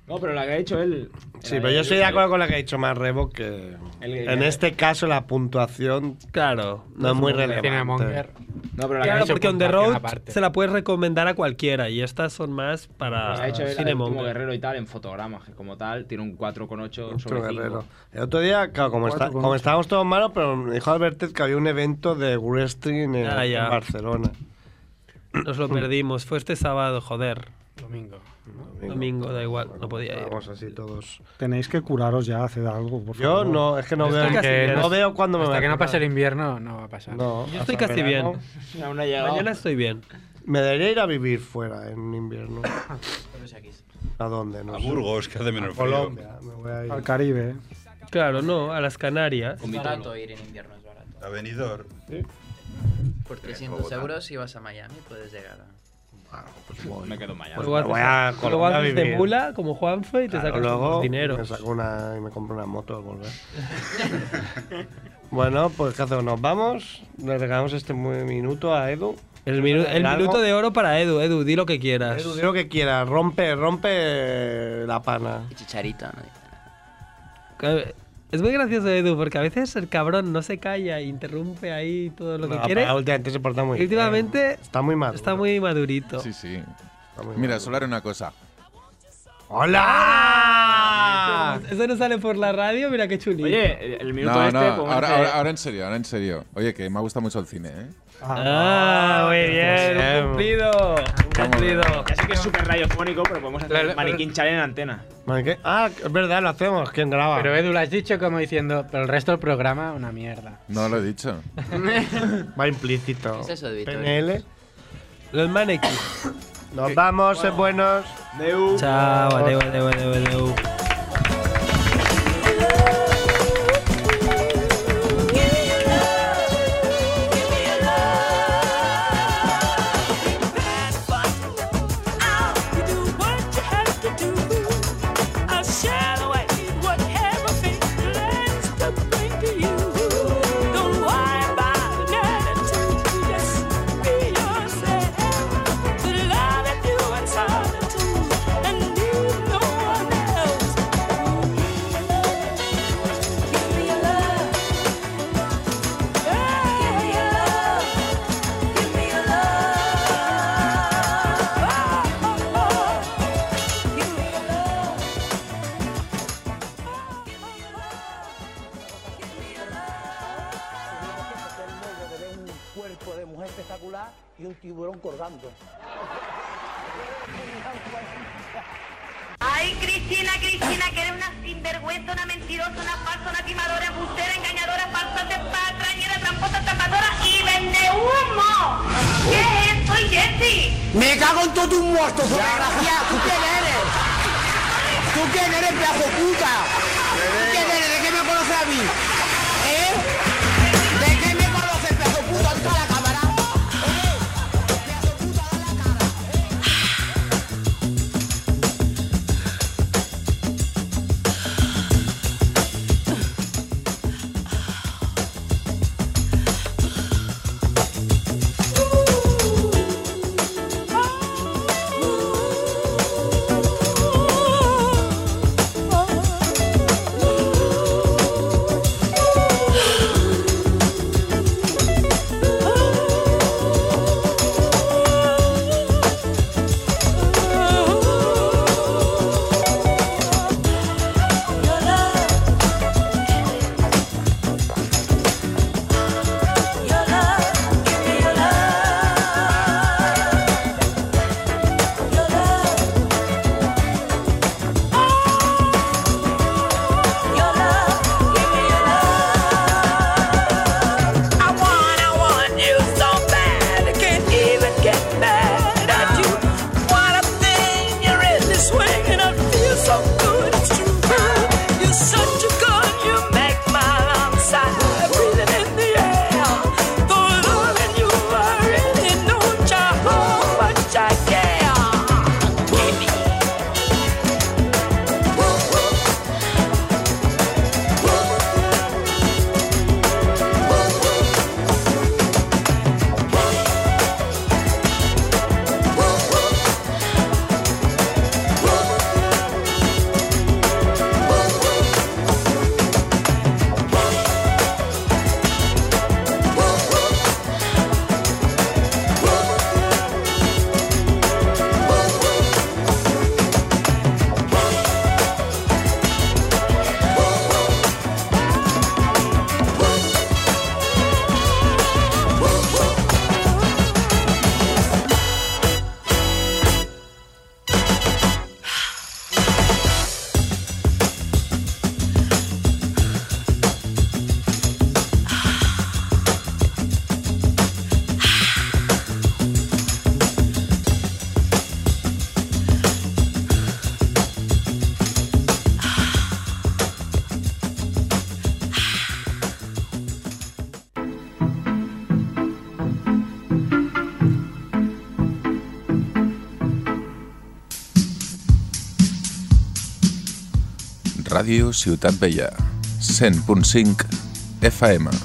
Speaker 3: No, pero la que ha hecho él.
Speaker 1: Sí, pero yo estoy de acuerdo con la que ha dicho más Rebo que
Speaker 3: El-
Speaker 1: en este caso la puntuación
Speaker 2: Claro.
Speaker 1: no es muy
Speaker 6: Tiene Monger.
Speaker 1: relevante.
Speaker 3: No, pero la que ha
Speaker 2: Claro,
Speaker 3: hecho.
Speaker 6: hecho
Speaker 2: porque On the
Speaker 6: puntuación
Speaker 2: Road
Speaker 6: aparte.
Speaker 2: se la puedes recomendar a cualquiera y estas son más
Speaker 3: Pues la que ha
Speaker 2: para
Speaker 3: hecho él, la
Speaker 2: cine
Speaker 3: del último
Speaker 2: monger.
Speaker 3: guerrero y tal, en fotogramas, que como tal tiene un 4,8
Speaker 1: Otro
Speaker 3: sobre 5.
Speaker 1: guerrero. El otro día, claro, como,
Speaker 4: Cuatro
Speaker 1: está-
Speaker 4: con
Speaker 1: como
Speaker 4: ocho.
Speaker 1: estábamos todos malos, pero me dijo Albertet que había un evento de wrestling en,
Speaker 2: Ah, ya.
Speaker 1: en Barcelona.
Speaker 2: Nos lo perdimos, fue este sábado, joder.
Speaker 6: Domingo.
Speaker 2: Domingo, da igual, no podía ir.
Speaker 1: Vamos así todos.
Speaker 9: ¿eh?
Speaker 4: Tenéis que curaros ya, haced algo, por
Speaker 1: Yo
Speaker 4: favor.
Speaker 1: no, es que no
Speaker 6: Hasta
Speaker 1: veo,
Speaker 6: que
Speaker 1: no
Speaker 6: no-
Speaker 1: veo cuándo me
Speaker 6: Hasta
Speaker 1: voy a
Speaker 6: que no pase el
Speaker 1: curar.
Speaker 6: invierno, no va a pasar.
Speaker 1: No,
Speaker 2: Yo estoy
Speaker 1: hasta
Speaker 2: casi
Speaker 1: verano.
Speaker 2: bien.
Speaker 3: Aún no ha llegado.
Speaker 2: Mañana estoy bien.
Speaker 1: Me debería ir a vivir fuera en invierno. ¿A dónde? No
Speaker 9: A
Speaker 1: sé.
Speaker 9: Burgos, que hace menos
Speaker 1: A
Speaker 9: frío.
Speaker 1: Colombia, me voy a ir.
Speaker 4: Al Caribe.
Speaker 2: Claro, no, a las Canarias.
Speaker 5: Es barato ir en invierno, es barato.
Speaker 9: A Benidorm.
Speaker 5: Por 300 euros si vas a Miami puedes llegar a...
Speaker 3: Me quedo en Miami.
Speaker 1: Pues me voy a Colombia
Speaker 2: luego haces
Speaker 1: a
Speaker 2: de
Speaker 1: vivir.
Speaker 2: mula como Juanfe y te
Speaker 1: Claro,
Speaker 2: sacas
Speaker 1: luego
Speaker 2: luego, dinero.
Speaker 1: Me saco una y me compro una moto al volver. bueno, pues ¿qué hacemos? ¿Nos vamos? Le regalamos este mu- minuto a Edu.
Speaker 2: El, minu- el
Speaker 1: ¿Algo?
Speaker 2: minuto de oro para Edu, Edu, di lo que quieras.
Speaker 1: Edu, di lo que quiera, rompe, rompe la pana.
Speaker 5: Chicharito, ¿no? "Ah".
Speaker 2: Eh, Es muy gracioso Edu, porque a veces el cabrón no se calla, interrumpe ahí todo lo que
Speaker 1: No,
Speaker 2: quiere.
Speaker 1: pero Últimamente se porta muy bien.
Speaker 2: Últimamente
Speaker 1: Está muy mal.
Speaker 2: está muy madurito.
Speaker 7: Sí, sí. Mira, solo haré una cosa.
Speaker 1: ¡Hola!
Speaker 2: ¡Ah! Eso no sale por la radio, mira qué chulito.
Speaker 3: Oye, el minuto
Speaker 7: No,
Speaker 3: este.
Speaker 7: no,
Speaker 3: como
Speaker 7: ahora,
Speaker 3: hace-
Speaker 7: ahora, ahora en serio, ahora en serio. Oye, que me ha gustado mucho el cine, ¿eh?
Speaker 2: Ah, muy bien,
Speaker 7: Bien.
Speaker 2: un cumplido. un cumplido.
Speaker 3: Ya sé que es súper radiofónico, pero podemos hacer
Speaker 6: Claro,
Speaker 3: maniquín challenge en antena.
Speaker 1: Vale, ¿qué? Ah, es verdad, lo hacemos. ¿Quién graba?
Speaker 6: Pero Edu lo has dicho como diciendo, pero el resto del programa, una mierda.
Speaker 7: No lo he dicho.
Speaker 1: Va implícito.
Speaker 6: ¿Qué es eso de Vitoria?
Speaker 1: PNL.
Speaker 2: Los manequín.
Speaker 1: Nos vamos, es buenos.
Speaker 2: Chao, adeu, adeu, adeu, adeu.
Speaker 15: un cuerpo de mujer espectacular y un tiburón colgando.
Speaker 16: Ay, Cristina, Cristina, que eres una sinvergüenza, una mentirosa, una falsa, una timadora, embustera, engañadora, falsante, patrañera, tramposa, tapadora y vende humo. ¿Qué es esto, Jessy?
Speaker 15: ¡Me cago en todo tu muerto, desgraciado! ¿Tú quién eres? ¿Tú quién eres, pedazo puta? ¿Tú quién eres? ¿De qué me conoces a mí? ¿Eh? ¿De qué me conoces, pedazo puta? ¿Dónde está la cámara?
Speaker 17: Oh
Speaker 7: Ràdio Ciutat Vella, 100.5 FM.